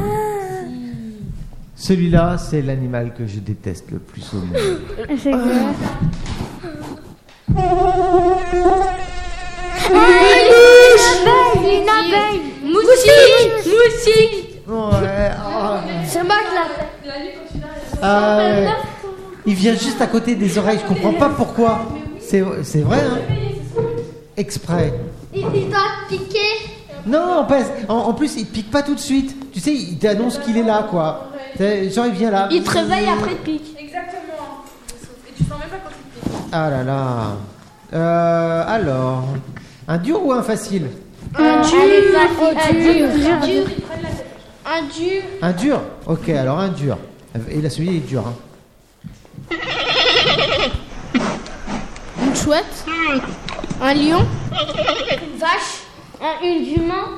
Speaker 4: Celui-là, c'est l'animal que je déteste le plus au monde.
Speaker 5: C'est quoi
Speaker 6: Une abeille Moustique Moustique
Speaker 4: Ouais, ah,
Speaker 1: C'est moi qui l'a fait.
Speaker 4: ah ouais. Il vient juste à côté des oreilles, je comprends pas pourquoi. C'est c'est vrai, hein Exprès.
Speaker 1: Il, il doit piquer.
Speaker 4: Non, pas- en, en plus, il pique pas tout de suite. Tu sais, il t'annonce qu'il est là, quoi. C'est- Genre, il vient là.
Speaker 6: Il te réveille après de pique.
Speaker 2: Exactement. Et tu sens même pas quand il pique.
Speaker 4: Ah là là. Euh, alors, un dur ou un facile
Speaker 6: Un dur.
Speaker 4: Un dur Ok, alors un dur. Et là, celui-là, il est hein. dur. hein.
Speaker 6: Une chouette. Un lion.
Speaker 5: Un humain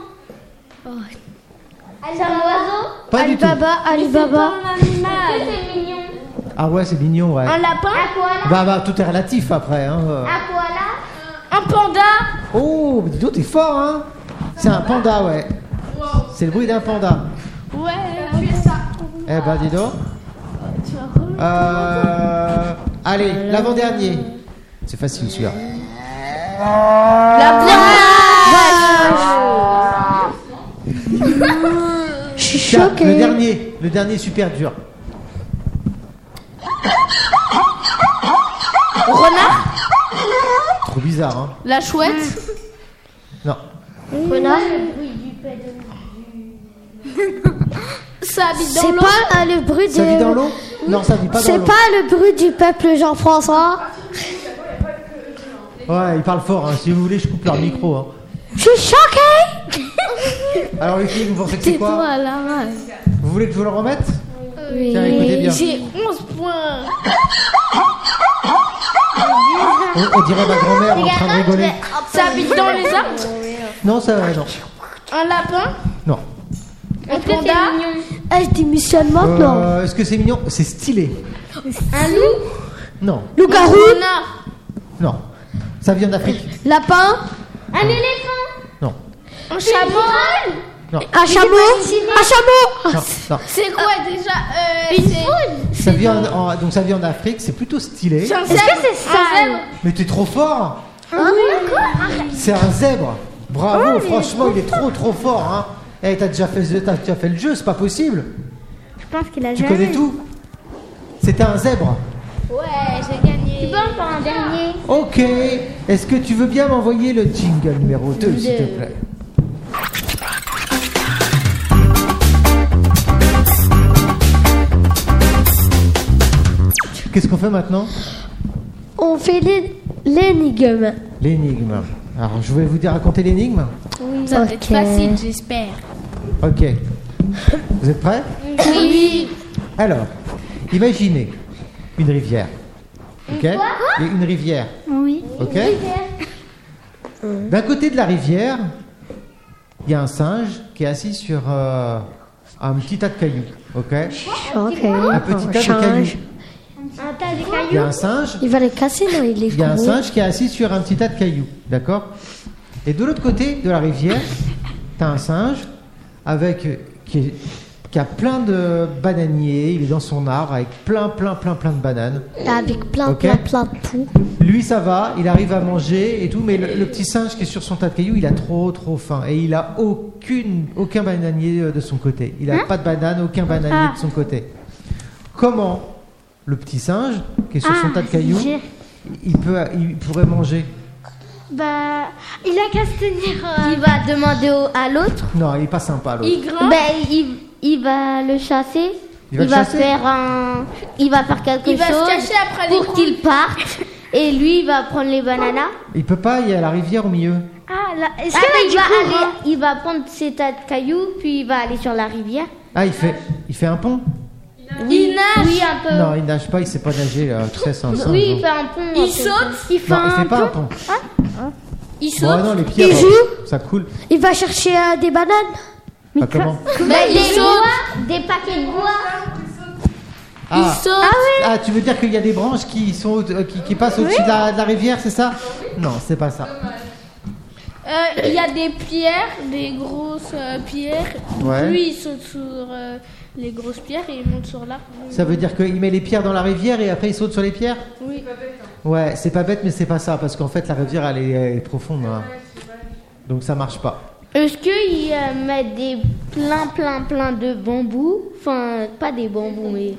Speaker 1: C'est un oiseau
Speaker 4: Pas du
Speaker 1: Alibaba, Alibaba.
Speaker 5: C'est mignon.
Speaker 4: tout. Ah ouais, c'est mignon, ouais.
Speaker 6: Un lapin.
Speaker 4: Bah, bah, tout est relatif après. Hein. euh.
Speaker 6: Un panda.
Speaker 4: Oh, mais dis donc, t'es fort, hein C'est un panda, ouais. C'est le bruit d'un panda.
Speaker 6: Ouais.
Speaker 4: Eh ben, dis donc. Euh, allez, l'avant-dernier. C'est facile, celui-là.
Speaker 6: La
Speaker 1: Je suis
Speaker 4: Tiens, Le
Speaker 1: choquée.
Speaker 4: dernier, le dernier super dur. Renard Trop bizarre, hein
Speaker 6: La chouette.
Speaker 4: Non.
Speaker 1: Renard.
Speaker 6: Ça habite dans
Speaker 1: C'est
Speaker 6: l'eau.
Speaker 1: pas euh, le bruit de.
Speaker 4: Ça vit dans l'eau Non, ça vit pas dans
Speaker 1: C'est
Speaker 4: l'eau.
Speaker 1: pas le bruit du peuple Jean-François.
Speaker 4: Ouais, ils parlent fort, hein. Si vous voulez, je coupe leur micro, hein.
Speaker 1: Je suis choquée.
Speaker 4: Alors, les filles, vous pensez que c'est quoi
Speaker 6: là.
Speaker 4: Vous voulez que je vous le remette
Speaker 1: Oui.
Speaker 4: Tiens, écoutez bien.
Speaker 6: J'ai 11 points.
Speaker 4: On, on dirait ma grand-mère en train de rigoler.
Speaker 6: Ça habite dans les arbres.
Speaker 4: Non, ça va, non.
Speaker 6: Un lapin.
Speaker 4: Non.
Speaker 6: Un panda.
Speaker 1: Ah, je démissionne maintenant.
Speaker 4: Euh, Est-ce que c'est mignon C'est stylé.
Speaker 6: Un loup.
Speaker 4: Non,
Speaker 1: Loup-garou,
Speaker 6: renard.
Speaker 4: non. Ça vient d'Afrique
Speaker 1: lapin,
Speaker 5: Un éléphant.
Speaker 4: Non.
Speaker 6: Un chameau.
Speaker 1: un chameau, un chameau.
Speaker 4: Non, non.
Speaker 6: Ah, C'est quoi déjà euh, Une
Speaker 4: Ça vient en, en- donc ça vient en Afrique, c'est plutôt stylé.
Speaker 5: Est-ce que c'est ça
Speaker 4: Mais t'es trop fort C'est un zèbre Bravo, franchement, il est trop trop fort hein. Eh, t'as déjà, fait, t'as déjà fait le jeu, c'est pas possible
Speaker 5: Je pense qu'il a
Speaker 4: Tu connais tout C'était un zèbre
Speaker 6: Ouais, j'ai gagné.
Speaker 5: un dernier.
Speaker 4: Ok, est-ce que tu veux bien m'envoyer le jingle numéro 2, s'il te plaît Qu'est-ce qu'on fait maintenant
Speaker 1: On fait l'é- l'énigme.
Speaker 4: L'énigme. Alors, je vais vous dire raconter l'énigme.
Speaker 6: Ça va
Speaker 1: Ok.
Speaker 6: être facile, j'espère.
Speaker 4: Ok. Vous êtes prêts
Speaker 6: Oui.
Speaker 4: Alors, imaginez une rivière. Ok Et Une rivière.
Speaker 5: Oui.
Speaker 4: Ok D'un côté de la rivière, il y a un singe qui est assis sur euh, un petit tas de cailloux. Ok
Speaker 1: Ok.
Speaker 4: Un petit tas de
Speaker 1: Change.
Speaker 4: cailloux.
Speaker 5: Un tas de
Speaker 4: Il y a
Speaker 5: cailloux.
Speaker 4: un singe
Speaker 1: Il va les casser, non Il est
Speaker 4: Il y a un
Speaker 1: gros.
Speaker 4: singe qui est assis sur un petit tas de cailloux, d'accord Et de l'autre côté de la rivière, t'as un singe avec qui, est- qui a plein de bananiers, il est dans son arbre avec plein, plein, plein, plein de bananes.
Speaker 1: Avec plein,
Speaker 4: Ok.
Speaker 1: plein, plein de poux.
Speaker 4: Lui, ça va, il arrive à manger et tout, mais le, le petit singe qui est sur son tas de cailloux, il a trop, trop faim et il a aucune, aucun bananier euh, de son côté. Il a pas de banane, aucun bananier de son côté. Comment le petit singe qui est sur son
Speaker 5: Ah,
Speaker 4: tas de cailloux,
Speaker 5: j'ai-
Speaker 4: il, peut, il pourrait manger
Speaker 5: Bah, il a qu'à se tenir.
Speaker 3: Il va demander au- à l'autre.
Speaker 4: Non, il est pas sympa l'autre.
Speaker 6: Il grimpe.
Speaker 3: Ben, il, il va le chasser.
Speaker 4: Il va le chasser
Speaker 3: faire un. Il va faire quelque
Speaker 6: Il va se
Speaker 3: chose
Speaker 6: cacher après les
Speaker 3: pour qu'il parte. Et lui, il va prendre les bananas.
Speaker 6: Ah,
Speaker 4: Il peut pas, il y a la rivière au milieu.
Speaker 5: Ah, là, est-ce
Speaker 3: Ah,
Speaker 5: que là,
Speaker 3: ben, il,
Speaker 5: du
Speaker 3: va
Speaker 5: coup,
Speaker 3: aller,
Speaker 5: hein,
Speaker 3: il va prendre ses tas de cailloux, puis il va aller sur la rivière.
Speaker 4: Ah, il fait, il fait un pont
Speaker 3: Il nage Oui, un peu.
Speaker 4: Non, il nage pas, il sait pas nager. là. Tu sais, c'est un singe.
Speaker 3: Euh. oui,
Speaker 4: hein.
Speaker 3: il fait un pont. un peu.
Speaker 6: Il saute.
Speaker 5: il fait
Speaker 4: Non, il
Speaker 5: un
Speaker 4: fait pas un pont.
Speaker 6: Il
Speaker 4: Bon, ah
Speaker 6: saute.
Speaker 4: non, les pierres,
Speaker 1: Il
Speaker 4: euh,
Speaker 1: joue
Speaker 4: ça coule.
Speaker 1: Il va chercher euh, des bananes.
Speaker 4: Pas comment
Speaker 6: Ben, il
Speaker 3: Des
Speaker 6: saute.
Speaker 3: bois, des paquets de bois.
Speaker 4: ah.
Speaker 6: Il saute.
Speaker 4: Ah, tu veux dire qu'il y a des branches qui, sont, au- euh, qui, qui passent au-dessus de, la, de la rivière, c'est ça Non, c'est pas ça.
Speaker 6: Euh, euh, il y a des pierres, des grosses euh, pierres.
Speaker 4: Ouais.
Speaker 6: Lui, il saute sur euh, les grosses pierres et il monte sur l'arbre.
Speaker 4: Ça veut dire qu'il met les pierres dans la rivière et après il saute sur les pierres
Speaker 6: Oui.
Speaker 4: Ouais, c'est pas bête, mais c'est pas ça, parce qu'en fait, la rivière, elle est, elle est profonde. hein. Donc ça marche pas.
Speaker 3: Est-ce qu'ils mettent des plein, plein, plein de bambous Enfin, pas des bambous, mais.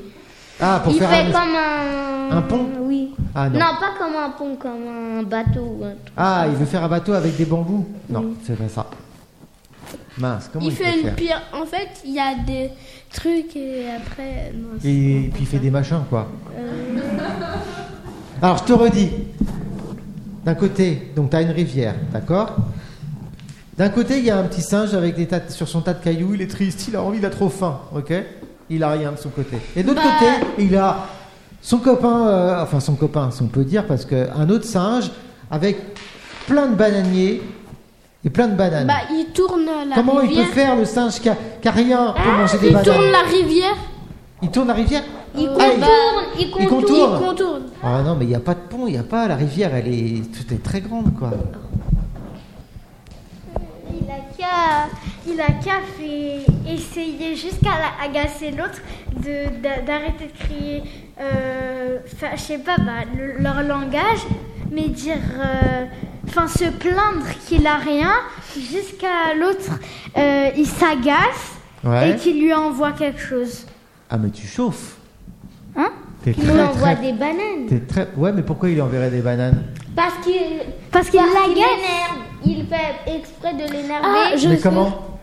Speaker 4: Ah, pour
Speaker 3: il
Speaker 4: faire
Speaker 3: fait
Speaker 4: un...
Speaker 3: comme un.
Speaker 4: Un pont
Speaker 3: Oui.
Speaker 4: Ah non.
Speaker 3: non. pas comme un pont, comme un bateau. ou un truc.
Speaker 4: Ah, il veut faire un bateau avec des bambous Non, c'est pas ça. Mince, comment il,
Speaker 6: Il fait
Speaker 4: peut
Speaker 6: une
Speaker 4: faire
Speaker 6: pierre. En fait, il y a des trucs et après. euh, non, c'est-
Speaker 4: Et puis il fait des machins, quoi. Alors, je te redis. D'un côté, donc t'as une rivière, d'accord D'un côté, il y a un petit singe avec des tas de- sur son tas de cailloux. Il est triste, il a envie, il a trop faim, ok Il a rien de son côté. Et de
Speaker 6: Bah.
Speaker 4: l'autre côté, il a son copain, euh, enfin son copain, si on peut dire, parce qu'un autre singe avec plein de bananiers et plein de bananes.
Speaker 6: Bah, il tourne la
Speaker 4: Comment il
Speaker 6: rivière. Ah,
Speaker 4: peut faire le singe qui a, qui a rien pour manger des
Speaker 6: Il
Speaker 4: bananes
Speaker 6: tourne la rivière.
Speaker 4: Il tourne la rivière
Speaker 6: Il
Speaker 4: Ah, il-
Speaker 6: contourne. Il
Speaker 4: il
Speaker 6: contourne.
Speaker 4: contourne.
Speaker 6: Il contourne.
Speaker 4: Ah non, mais il n'y a pas de pont, il n'y a pas la rivière, elle est, tout est très grande quoi.
Speaker 5: Il a qu'à, il a qu'à fait- essayer jusqu'à la- agacer l'autre de, d'a- d'arrêter de crier, euh, enfin, je sais pas, bah, le- leur langage, mais dire, euh, enfin se plaindre qu'il a rien jusqu'à l'autre, euh, il s'agace
Speaker 4: Ouais.
Speaker 5: et qu'il lui envoie quelque chose.
Speaker 4: Ah mais tu chauffes.
Speaker 5: Hein
Speaker 4: T'es
Speaker 3: Il
Speaker 4: très,
Speaker 3: lui envoie
Speaker 4: très-
Speaker 3: des bananes.
Speaker 4: t'es très- Ouais, mais pourquoi il lui enverrait des bananes
Speaker 3: Parce qu'il.
Speaker 5: Parce qu'il
Speaker 3: parce qu'il
Speaker 5: l'agace.
Speaker 3: l'énerve. Il fait exprès de l'énerver.
Speaker 1: Ah,
Speaker 4: Mais comment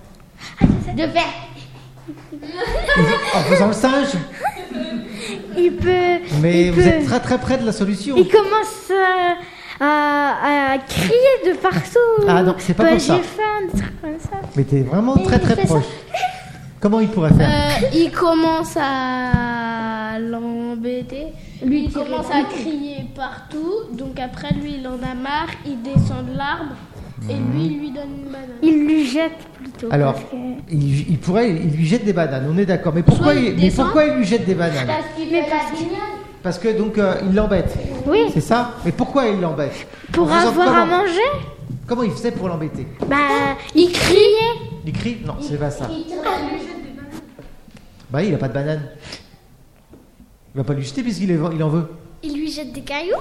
Speaker 3: De faire.
Speaker 4: En faisant le singe
Speaker 5: Il peut.
Speaker 4: Mais
Speaker 5: il
Speaker 4: vous
Speaker 5: peut-
Speaker 4: êtes très très près de la solution.
Speaker 5: Il commence euh, à, à crier de partout.
Speaker 4: Ah non, c'est pas
Speaker 5: Bah,
Speaker 4: pour ça.
Speaker 5: J'ai faim, des trucs comme ça.
Speaker 4: Mais t'es vraiment très
Speaker 3: il
Speaker 4: très
Speaker 3: fait ça.
Speaker 4: proche. Comment il pourrait faire
Speaker 6: Euh, il commence à l'embêter. Lui, il commence à crier partout. Donc après, lui, il en a marre. Il descend de l'arbre. Et lui, il lui donne une banane.
Speaker 5: Il lui jette plutôt.
Speaker 4: Alors,
Speaker 5: parce que-
Speaker 4: il, il pourrait, il lui jette des bananes, on est d'accord. Mais pourquoi,
Speaker 6: Soit il
Speaker 4: il, mais
Speaker 6: descend.
Speaker 4: pourquoi il lui jette des bananes
Speaker 3: Parce qu'il fait la guignole.
Speaker 4: Parce que donc euh, il l'embête.
Speaker 5: Oui,
Speaker 4: C'est ça Mais pourquoi il l'embête En
Speaker 5: pour
Speaker 4: faisant
Speaker 5: avoir
Speaker 4: comment
Speaker 5: à manger,
Speaker 4: Comment il faisait pour l'embêter
Speaker 5: bah, il criait.
Speaker 4: Il crie Non, c'est pas ça.
Speaker 3: Il tourne.
Speaker 4: Bah il a pas de banane. Il va pas lui jeter puisqu'il est- il en veut.
Speaker 5: Il lui jette des cailloux.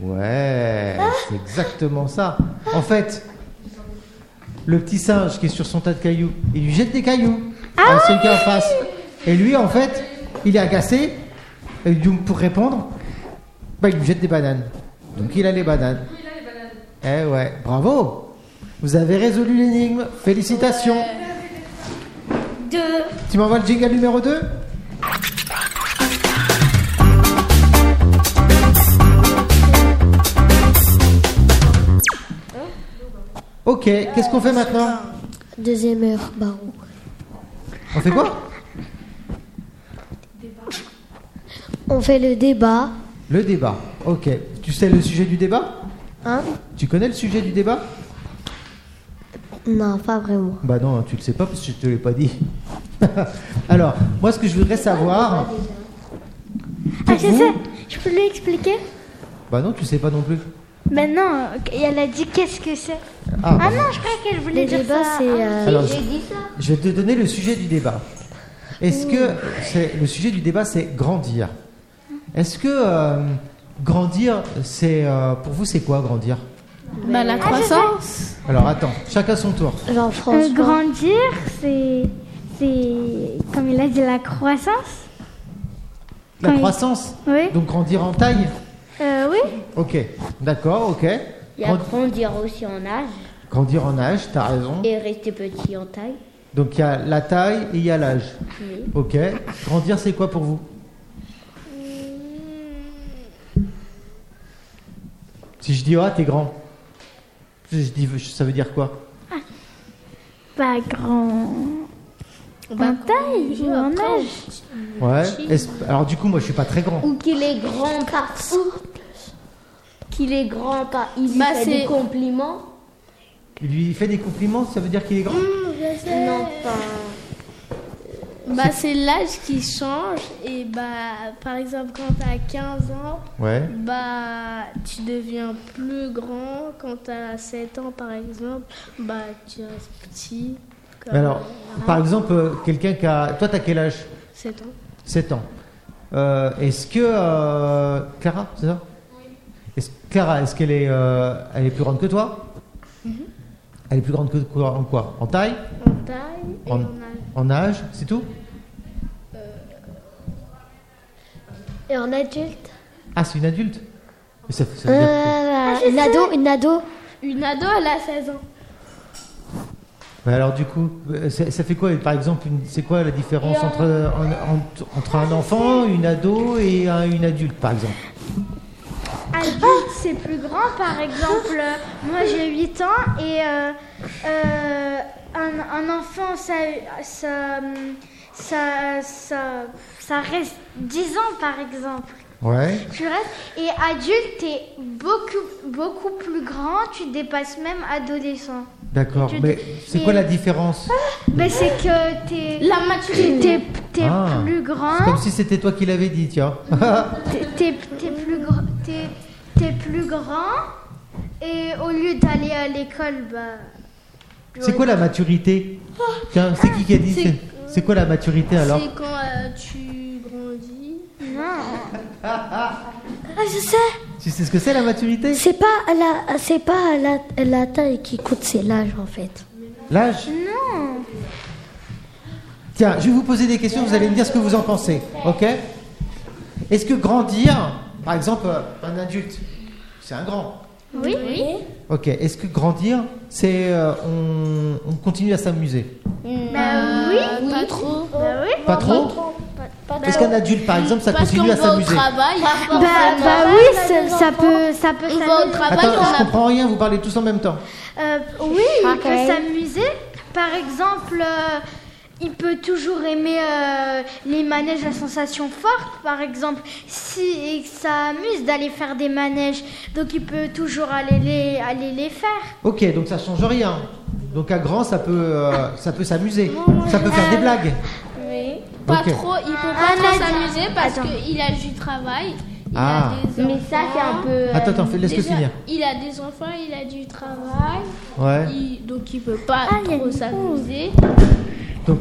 Speaker 4: Ouais, c'est exactement ça. En fait, le petit singe qui est sur son tas de cailloux, il lui jette des cailloux à celui qui est en face. Et lui, en fait, il est agacé. Et donc, pour répondre, bah, il lui jette des bananes. Donc, il a les bananes. Eh ouais, bravo Vous avez résolu l'énigme. Félicitations Tu m'envoies le jingle numéro 2 Ok, qu'est-ce qu'on fait maintenant
Speaker 1: Deuxième heure, bah, Barou.
Speaker 4: On fait quoi
Speaker 1: On fait le débat.
Speaker 4: Le débat. Ok. Tu sais le sujet du débat
Speaker 1: Hein
Speaker 4: Tu connais le sujet du débat
Speaker 1: Non, pas vraiment.
Speaker 4: Bah non, tu le sais pas parce que je te l'ai pas dit. Alors, moi ce que je voudrais savoir.
Speaker 5: Ah,
Speaker 4: Pour
Speaker 5: je
Speaker 4: vous-
Speaker 5: sais, je peux lui expliquer
Speaker 4: Bah non, tu sais pas non plus.
Speaker 5: Maintenant, elle a dit qu'est-ce que c'est.
Speaker 4: Ah, bah,
Speaker 5: Ah non, je croyais qu'elle voulait
Speaker 1: Le
Speaker 5: dire
Speaker 1: débat,
Speaker 5: ça.
Speaker 1: c'est. euh,
Speaker 4: Alors, je-
Speaker 3: J'ai dit ça.
Speaker 4: je vais te donner le sujet du débat. Est-ce que c'est le sujet du débat c'est grandir Est-ce que euh, grandir c'est euh, pour vous c'est quoi grandir
Speaker 6: Bah,
Speaker 2: Ah,
Speaker 6: la croissance.
Speaker 4: Alors attends, chacun son tour.
Speaker 5: Euh,
Speaker 1: Jean-François.
Speaker 5: grandir, c'est. C'est. Comme il a dit, la croissance.
Speaker 4: La
Speaker 5: Oui.
Speaker 4: croissance.
Speaker 5: Oui.
Speaker 4: Donc grandir en taille.
Speaker 5: Euh, oui.
Speaker 4: Ok, d'accord, ok.
Speaker 3: Il y a
Speaker 4: Grand-
Speaker 3: grandir aussi en âge
Speaker 4: Grandir en âge, t'as raison.
Speaker 3: et rester petit en taille.
Speaker 4: Donc il y a la taille et il y a l'âge.
Speaker 3: Oui.
Speaker 4: Ok. Grandir, c'est quoi pour vous Si je dis ah t'es grand, je dis ça veut dire quoi
Speaker 5: Ah, Pas grand. en taille ou en âge
Speaker 4: Ouais. Est-ce- Alors du coup moi je suis pas très grand.
Speaker 3: Ou qu'il est grand par Qu'il est grand par. Il lui
Speaker 6: Bah,
Speaker 3: fait
Speaker 6: c'est-
Speaker 3: des compliments.
Speaker 5: Mm.
Speaker 4: Il lui fait des compliments, ça veut dire qu'il est grand.
Speaker 3: Non, pas.
Speaker 6: Bah, c'est l'âge qui change. Et bah, par exemple, quand t'as 15 ans,
Speaker 7: Ouais.
Speaker 6: bah, tu deviens plus grand. Quand t'as 7 ans, par exemple, bah, tu restes petit. comme
Speaker 4: Mais alors,
Speaker 6: un
Speaker 4: par exemple, euh, quelqu'un qui a. Toi, t'as quel âge
Speaker 6: 7 ans.
Speaker 4: 7 ans. Euh, est-ce que. euh, Clara, c'est ça est-ce, Clara, est-ce qu'elle est, euh, elle est plus grande que toi Elle est plus grande que toi en quoi En taille
Speaker 6: En taille et en,
Speaker 4: En-
Speaker 6: âge.
Speaker 4: En âge C'est tout
Speaker 1: Et en adulte
Speaker 4: Ah, c'est une adulte Mais ça- ça veut dire quoi
Speaker 1: Euh, Une ado, une ado.
Speaker 6: Une ado, elle a 16 ans.
Speaker 4: Mais alors, du coup, euh, ça, ça fait quoi Par exemple, une- c'est quoi la différence
Speaker 6: Et, euh,
Speaker 4: entre, en- en- entre un enfant, une ado et un- une adulte, par exemple
Speaker 5: Adulte, c'est plus grand. Par exemple, euh, moi j'ai 8 ans et euh, euh, un, un enfant, ça, ça, ça, ça, ça reste 10 ans par exemple.
Speaker 7: Ouais.
Speaker 5: Tu restes. Et adulte, t'es beaucoup, beaucoup plus grand. Tu dépasses même adolescent.
Speaker 4: D'accord.
Speaker 5: Tu-
Speaker 4: Mais c'est quoi
Speaker 5: et-
Speaker 4: la différence
Speaker 5: Mais c'est que t'es. La maturité. T'es, t'es
Speaker 4: Ah.
Speaker 5: plus
Speaker 4: C'est
Speaker 5: grand.
Speaker 4: comme si c'était toi qui l'avais dit, tiens.
Speaker 5: T'es, t'es- t'es plus gr- t'es- t'es plus grand. Et au lieu d'aller à l'école, bah.
Speaker 4: C'est quoi la maturité Tiens, c'est qui qui a dit
Speaker 6: c'est-
Speaker 4: c'est- C'est quoi la maturité alors
Speaker 6: C'est quand euh, tu grandis.
Speaker 1: Ah, je sais.
Speaker 4: Tu sais ce que c'est la maturité
Speaker 1: C'est pas la, c'est pas la, la taille qui coûte, c'est l'âge en fait.
Speaker 4: L'âge Non Tiens, je vais vous poser des questions, vous allez me dire ce que vous en pensez, ok Est-ce que grandir, par exemple, euh, un adulte, c'est un grand
Speaker 5: Oui.
Speaker 4: Ok, est-ce que grandir, c'est euh, on, on continue à s'amuser
Speaker 5: Bah oui.
Speaker 6: Pas trop.
Speaker 5: Bah oui.
Speaker 4: Pas trop Est-ce qu'un adulte, par exemple, ça
Speaker 6: Parce
Speaker 4: continue
Speaker 6: qu'on
Speaker 4: à
Speaker 6: va au
Speaker 4: s'amuser
Speaker 6: travail.
Speaker 5: Bah, bah oui, ça, ça peut, ça peut
Speaker 6: On va au
Speaker 5: s'amuser.
Speaker 6: travail,
Speaker 4: Attends, je
Speaker 6: on a
Speaker 4: comprends rien, vous parlez tous en même temps.
Speaker 5: Euh, oui, il peut
Speaker 1: Pareil.
Speaker 5: s'amuser. Par exemple, euh, il peut toujours aimer euh, les manèges à sensations fortes, par exemple. Si et que ça amuse d'aller faire des manèges, donc il peut toujours aller les, aller les faire.
Speaker 4: Ok, donc ça change rien. Donc à grand, ça peut, euh, ça peut s'amuser,
Speaker 6: Oh,
Speaker 4: ça peut faire des blagues.
Speaker 6: Pas
Speaker 4: Ok.
Speaker 6: trop, il peut
Speaker 5: Ah,
Speaker 6: pas trop
Speaker 5: là,
Speaker 6: s'amuser parce
Speaker 5: attends.
Speaker 6: qu'il a du travail. Il
Speaker 4: Ah.
Speaker 6: a des enfants.
Speaker 5: euh,
Speaker 4: Attends, attends, fais- laisse-le
Speaker 6: Euh, Déjà,
Speaker 4: finir.
Speaker 6: Il a des enfants, il a du travail,
Speaker 4: Ouais.
Speaker 6: il- donc il peut
Speaker 5: Ah,
Speaker 6: pas trop s'amuser.
Speaker 4: Donc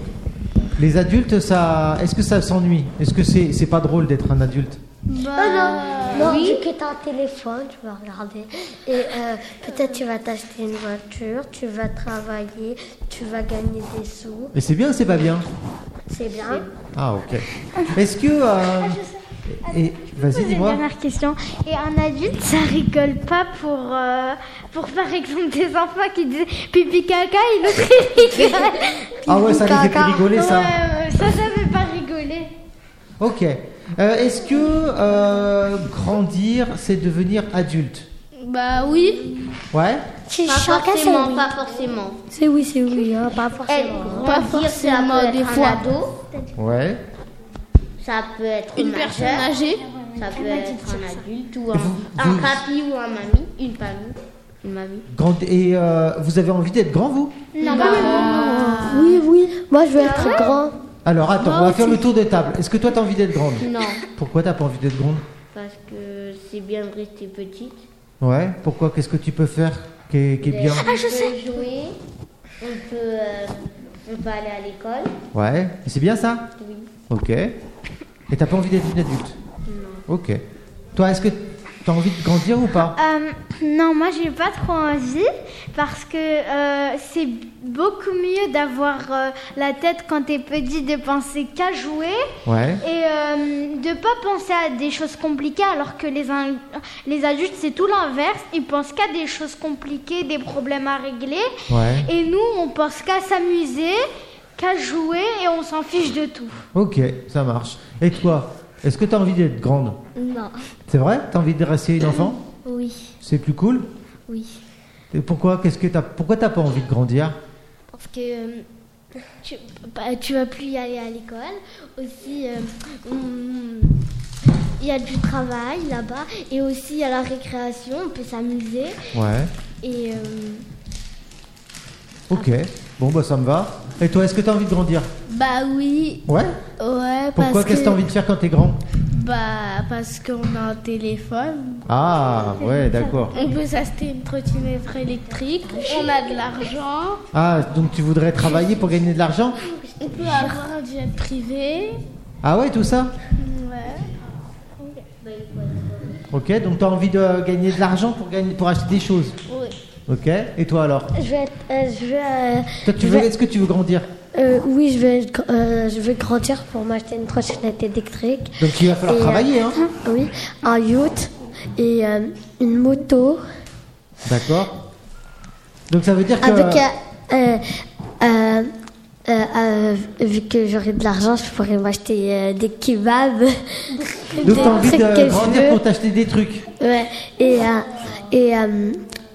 Speaker 4: les adultes, ça, est-ce que ça s'ennuie Est-ce que c'est, c'est pas drôle d'être un adulte
Speaker 5: Bah,
Speaker 1: Ah non, non, tu que t'as un téléphone, tu vas regarder. Et euh, peut-être tu vas t'acheter une voiture, tu vas travailler, tu vas gagner des sous.
Speaker 4: Mais c'est bien, ou c'est pas bien
Speaker 1: C'est bien.
Speaker 4: Ah ok. Est-ce que euh,
Speaker 6: Ah,
Speaker 4: et, vas-y,
Speaker 5: Une
Speaker 4: dis-moi.
Speaker 5: dernière question. Et un adulte, ça rigole pas pour, euh, pour par exemple, des enfants qui disent pipi caca et l'autre il rigole.
Speaker 4: Ah ouais, ça les fait plus rigoler ça.
Speaker 5: Ouais, ouais, ça, ça fait pas rigoler.
Speaker 4: Ok. Euh, est-ce que euh, grandir, c'est devenir adulte
Speaker 6: Bah oui,
Speaker 4: Ouais.
Speaker 1: Si
Speaker 3: Pas
Speaker 1: chacun c'est
Speaker 3: forcément,
Speaker 1: oui.
Speaker 3: pas forcément.
Speaker 1: C'est oui, c'est oui, hein, pas forcément. hein.
Speaker 6: Pas
Speaker 3: Grandir, ça
Speaker 6: forcément,
Speaker 3: peut
Speaker 6: des
Speaker 3: être
Speaker 6: fois.
Speaker 3: un ado,
Speaker 7: Ouais.
Speaker 3: ça peut être
Speaker 6: une
Speaker 3: un
Speaker 6: personne
Speaker 3: majeur,
Speaker 6: âgée.
Speaker 3: ça peut être un adulte ou un,
Speaker 4: Vous-
Speaker 3: un
Speaker 4: vous-
Speaker 3: papy ou un mamie, une famille, une mamie.
Speaker 4: Grand- et euh, vous avez envie d'être grand vous
Speaker 3: Non,
Speaker 1: Oui, oui. Moi, je veux être grand.
Speaker 4: Alors attends, on va faire le tour de table. Est-ce que toi t'as envie d'être grande
Speaker 3: non,
Speaker 4: Pourquoi t'as pas envie d'être grande
Speaker 3: parce que c'est bien de rester petite.
Speaker 4: Ouais. Pourquoi Qu'est-ce que tu peux faire qui est, qui est bien
Speaker 6: Ah,
Speaker 3: On peut jouer, on peut, euh, on peut aller à l'école.
Speaker 4: Ouais. Et C'est bien ça
Speaker 3: Oui.
Speaker 4: Ok. Et t'as pas envie d'être une adulte Non. Ok. Toi, est-ce que t'as envie de grandir ou pas
Speaker 5: Euh, non, moi j'ai pas trop envie parce que euh, c'est beaucoup mieux d'avoir euh, la tête quand t'es petit de penser qu'à jouer
Speaker 4: Ouais.
Speaker 5: et euh, de pas penser à des choses compliquées alors que les, in- les adultes c'est tout l'inverse, ils pensent qu'à des choses compliquées, des problèmes à régler
Speaker 4: Ouais.
Speaker 5: et nous on pense qu'à s'amuser, qu'à jouer et on s'en fiche de tout.
Speaker 4: Ok, ça marche. Et toi, est-ce que t'as envie d'être grande
Speaker 1: Non.
Speaker 4: C'est vrai T'as envie de rester une enfant
Speaker 1: Oui,
Speaker 4: C'est plus cool
Speaker 1: oui.
Speaker 4: Et pourquoi Qu'est-ce que t'as Pourquoi t'as pas envie de grandir
Speaker 6: Parce que euh, tu, vas plus y aller à l'école. Aussi, euh, il y a du travail là-bas et aussi à la récréation, on peut s'amuser.
Speaker 4: Ouais.
Speaker 6: Et euh,
Speaker 4: Ok. Bon bah ça me va. Et toi, est-ce que t'as envie de grandir
Speaker 6: Bah oui,
Speaker 4: Ouais
Speaker 6: ouais,
Speaker 4: Pourquoi
Speaker 6: parce
Speaker 4: Qu'est-ce que t'as envie de faire quand t'es grand
Speaker 6: Bah, parce qu'on a un téléphone,
Speaker 4: Ah, ouais, d'accord.
Speaker 6: on peut s'acheter une trottinette électrique, on a de l'argent,
Speaker 4: Ah, donc tu voudrais travailler pour gagner de l'argent
Speaker 6: on peut avoir un jet privé.
Speaker 4: Ah ouais, tout ça
Speaker 6: Ouais.
Speaker 4: Ok, donc t'as envie de euh, gagner de l'argent pour, gagner, pour acheter des choses
Speaker 6: Oui.
Speaker 4: Ok, et toi alors
Speaker 1: Je vais être, euh, je vais, euh,
Speaker 4: Toi, tu veux, est-ce que tu veux grandir
Speaker 1: euh, oui, je vais, être gr- euh, je vais grandir pour m'acheter une trottinette électrique.
Speaker 4: Donc il va falloir
Speaker 1: Et, euh,
Speaker 4: travailler, hein
Speaker 1: Oui, un yacht et euh, une moto
Speaker 4: D'accord. Donc ça veut dire que...
Speaker 1: avec. euh, euh, euh, euh, euh, vu que j'aurai de l'argent, je pourrais m'acheter euh, des kebabs.
Speaker 4: donc t'as envie
Speaker 1: trucs
Speaker 4: de
Speaker 1: que je
Speaker 4: grandir
Speaker 1: veux.
Speaker 4: pour t'acheter des trucs.
Speaker 1: Ouais. Et, euh, et, euh,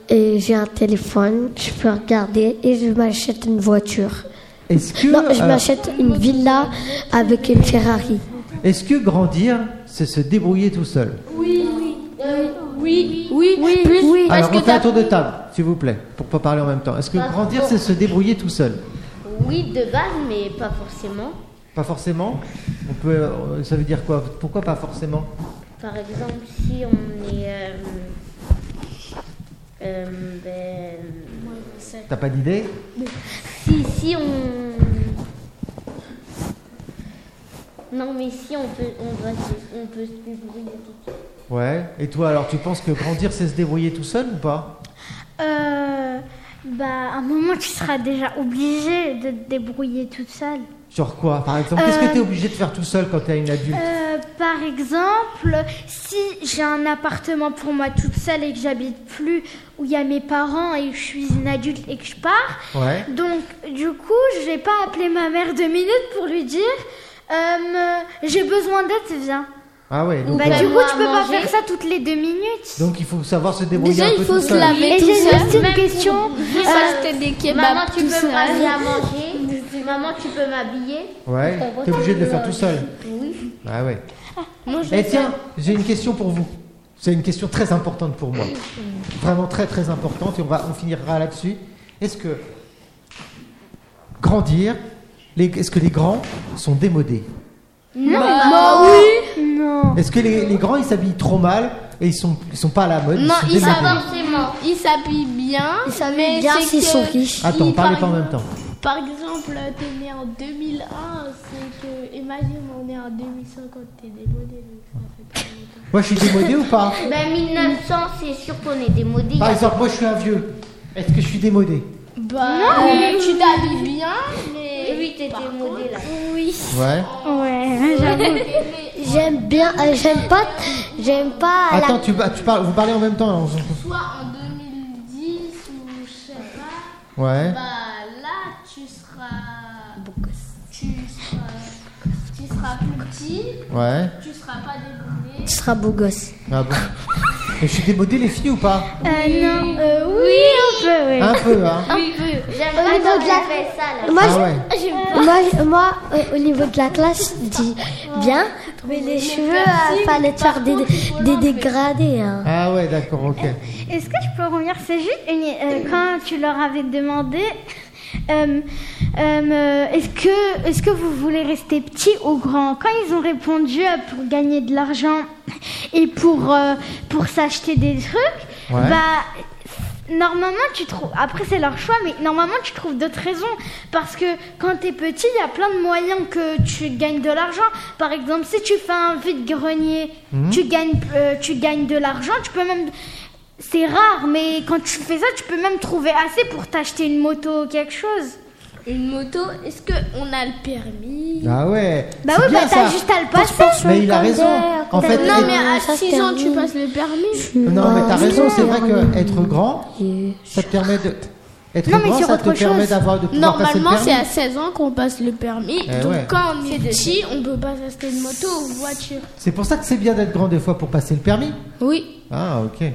Speaker 1: et j'ai un téléphone, je peux regarder et je m'achète une voiture.
Speaker 4: Est-ce que,
Speaker 1: Non, je
Speaker 4: euh,
Speaker 1: m'achète une villa avec une Ferrari.
Speaker 4: est-ce que grandir, c'est se débrouiller tout seul
Speaker 6: Oui, oui, oui,
Speaker 5: Oui.
Speaker 4: Alors on fait un tour de table, s'il vous plaît, pour pas parler en même temps. Est-ce que grandir, c'est se débrouiller tout seul
Speaker 3: Oui, de base, mais pas forcément.
Speaker 4: Pas forcément. On peut, euh, ça veut dire quoi Pourquoi pas forcément
Speaker 3: Par exemple, si on est. euh, euh, ben,
Speaker 4: T'as pas d'idée
Speaker 3: si, si on. Non, mais si on peut, on doit se- on peut se débrouiller tout seul.
Speaker 4: Ouais. Et toi, alors, tu penses que grandir, c'est se débrouiller tout seul ou pas
Speaker 5: Euh, bah, à un moment, tu seras déjà obligé de te débrouiller toute seule.
Speaker 4: Genre quoi, par exemple Qu'est-ce que
Speaker 5: Euh,
Speaker 4: t'es obligé de faire tout seul quand t'es une adulte
Speaker 5: Euh, par exemple, si j'ai un appartement pour moi toute seule et que j'habite plus où il y a mes parents et que je suis une adulte et que je pars,
Speaker 4: Ouais.
Speaker 5: donc du coup, je vais pas appeler ma mère deux minutes pour lui dire euh, j'ai besoin d'aide, viens.
Speaker 4: Ah ouais. Donc,
Speaker 5: Bah,
Speaker 4: euh,
Speaker 5: du coup, tu peux pas
Speaker 6: manger.
Speaker 5: faire ça toutes les deux minutes.
Speaker 4: donc, il faut savoir se débrouiller un peu tout seul.
Speaker 5: et j'ai juste une question.
Speaker 6: s'acheter des kebabs
Speaker 3: Maman, tu
Speaker 6: Bah, tout
Speaker 3: peux
Speaker 6: seul.
Speaker 3: me ramener à manger. Maman, tu peux m'habiller.
Speaker 4: Ouais. T'es obligé de le
Speaker 6: euh,
Speaker 4: faire tout seul. Ah ouais. Eh tiens, j'ai une question pour vous. C'est une question très importante pour moi. Vraiment très très importante et on, va, on finira là-dessus. Est-ce que grandir, les- est-ce que les grands sont démodés
Speaker 5: Non,
Speaker 6: Bah
Speaker 5: oui. Non.
Speaker 4: Est-ce que les, les grands ils s'habillent trop mal et ils sont, ils sont pas à la mode
Speaker 6: Non,
Speaker 4: sont
Speaker 6: ils
Speaker 4: démodés
Speaker 6: savent forcément. Ils s'habillent bien. Ils s'habillent
Speaker 1: bien s'ils sont riches.
Speaker 4: Attends, parlez
Speaker 6: par,
Speaker 4: pas en même temps.
Speaker 6: Par exemple, t'es né en 2001, c'est que, imagine, on est en 2050, t'es démodé, donc ça fait pas longtemps.
Speaker 4: Moi je suis démodé ou pas
Speaker 3: Ben 1900, c'est sûr qu'on est démodé.
Speaker 4: Par exemple, moi je suis un vieux. Est-ce que je suis démodé
Speaker 6: Bah, non, tu t'habilles bien, mais.
Speaker 3: Oui, t'es démodé là.
Speaker 4: Ouais.
Speaker 5: Ouais, j'avoue.
Speaker 1: J'aime bien, euh, j'aime pas, j'aime pas la
Speaker 4: Attends, tu, bah, tu parles, vous parlez en même temps. alors, on-
Speaker 6: Soit en 2010 ou je sais pas,
Speaker 4: Ouais.
Speaker 6: bah là, tu seras. Tu seras. Tu seras plus petit,
Speaker 4: Ouais.
Speaker 6: tu seras pas démodé.
Speaker 1: Tu seras beau gosse.
Speaker 4: Ah bon. Et je suis démodé les filles ou pas
Speaker 5: Euh, non. Euh, oui, un peu, oui.
Speaker 4: Un peu, hein.
Speaker 3: J'aime pas
Speaker 1: niveau
Speaker 3: quand
Speaker 1: de
Speaker 3: tu
Speaker 1: la-
Speaker 3: fais ça là.
Speaker 1: Moi,
Speaker 4: Ah
Speaker 1: je-
Speaker 4: ouais.
Speaker 1: moi, je- moi, euh, au niveau de la classe, je dis bien, mais les cheveux, euh, fallait te faire des, des dégradés. hein.
Speaker 4: Ah ouais, d'accord, ok.
Speaker 5: Est-ce que je peux revenir C'est juste une- euh, quand tu leur avais demandé. euh, euh, est-ce que est-ce que vous voulez rester petit ou grand Quand ils ont répondu euh, pour gagner de l'argent et pour euh, pour s'acheter des trucs,
Speaker 4: Ouais.
Speaker 5: bah normalement tu trouves. Après c'est leur choix, mais normalement tu trouves d'autres raisons parce que quand t'es petit, il y a plein de moyens que tu gagnes de l'argent. Par exemple, si tu fais un vide grenier,
Speaker 4: Mhm.
Speaker 5: tu gagnes euh, tu gagnes de l'argent. Tu peux même c'est rare, mais quand tu fais ça, tu peux même trouver assez pour t'acheter une moto ou quelque chose.
Speaker 6: Une moto, est-ce qu'on a le permis
Speaker 4: Ah ouais.
Speaker 5: Bah
Speaker 4: c'est
Speaker 5: oui,
Speaker 4: bien
Speaker 5: bah t'as
Speaker 4: ça.
Speaker 5: juste à le passer.
Speaker 4: Mais il a raison. En fait,
Speaker 6: Non,
Speaker 4: être-
Speaker 6: mais à
Speaker 1: ça se
Speaker 6: 6 ans, tu
Speaker 1: termine.
Speaker 6: passes le permis.
Speaker 4: non, mais t'as raison. C'est vrai que être grand,
Speaker 1: Et-
Speaker 4: ça te permet de être
Speaker 5: Non, mais
Speaker 4: grand,
Speaker 5: sur
Speaker 4: ça te
Speaker 5: autre
Speaker 4: permet
Speaker 5: chose.
Speaker 4: d'avoir de pouvoir passer le
Speaker 6: Normalement, c'est
Speaker 4: permis.
Speaker 6: à 16 ans qu'on passe le permis.
Speaker 4: Eh
Speaker 6: donc,
Speaker 4: ouais.
Speaker 6: quand on est petit, on peut pas s'acheter une moto ou une voiture.
Speaker 4: C'est pour ça que c'est bien d'être grand des fois pour passer le permis.
Speaker 6: Oui.
Speaker 4: Ah ok.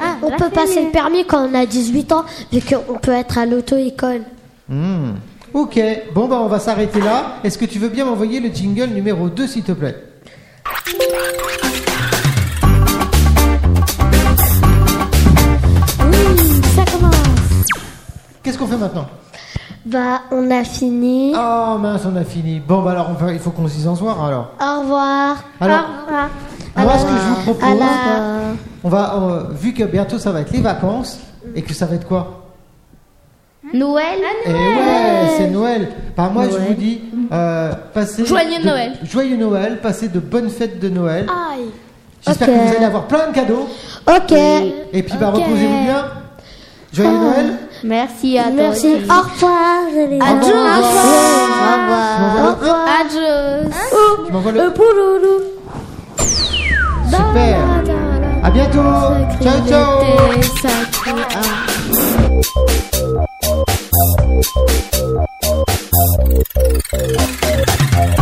Speaker 3: Ah,
Speaker 1: on peut passer le permis quand on a 18 ans, vu qu'on peut être à l'auto-école.
Speaker 4: Hmm. Ok. Bon bah on va s'arrêter là. Est-ce que tu veux bien m'envoyer le jingle numéro 2 s'il te plaît
Speaker 1: Oui, ça commence.
Speaker 4: Qu'est-ce qu'on fait maintenant
Speaker 1: Bah, on a fini.
Speaker 4: Oh mince, on a fini. Bon, bah alors, on va- il faut qu'on se dise au revoir alors.
Speaker 1: Au revoir.
Speaker 4: Ah. Alors, moi, ce que je vous
Speaker 1: À
Speaker 4: propose,
Speaker 1: la...
Speaker 4: on va, euh, vu que bientôt ça va être les vacances et que ça va être quoi
Speaker 3: Noël
Speaker 4: Eh ouais, c'est Noël. Bah, moi, je vous dis, euh, passez.
Speaker 6: Joyeux
Speaker 4: de-
Speaker 6: Noël.
Speaker 4: Joyeux Noël, passez de bonnes fêtes de Noël.
Speaker 1: Aïe.
Speaker 4: J'espère
Speaker 1: Ah, ok.
Speaker 4: que vous allez avoir plein de cadeaux.
Speaker 1: Ok.
Speaker 4: Et puis, bah,
Speaker 1: Ok. Oh.
Speaker 4: reposez-vous bien. Joyeux Noël.
Speaker 3: Merci à toi.
Speaker 1: Merci. Au revoir. les
Speaker 4: Au
Speaker 1: amis.
Speaker 4: revoir.
Speaker 1: Au revoir. Au revoir. Euh,
Speaker 6: Adieu.
Speaker 4: Je m'envoie le. Super. À bientôt. Ciao, ciao.
Speaker 1: Ah,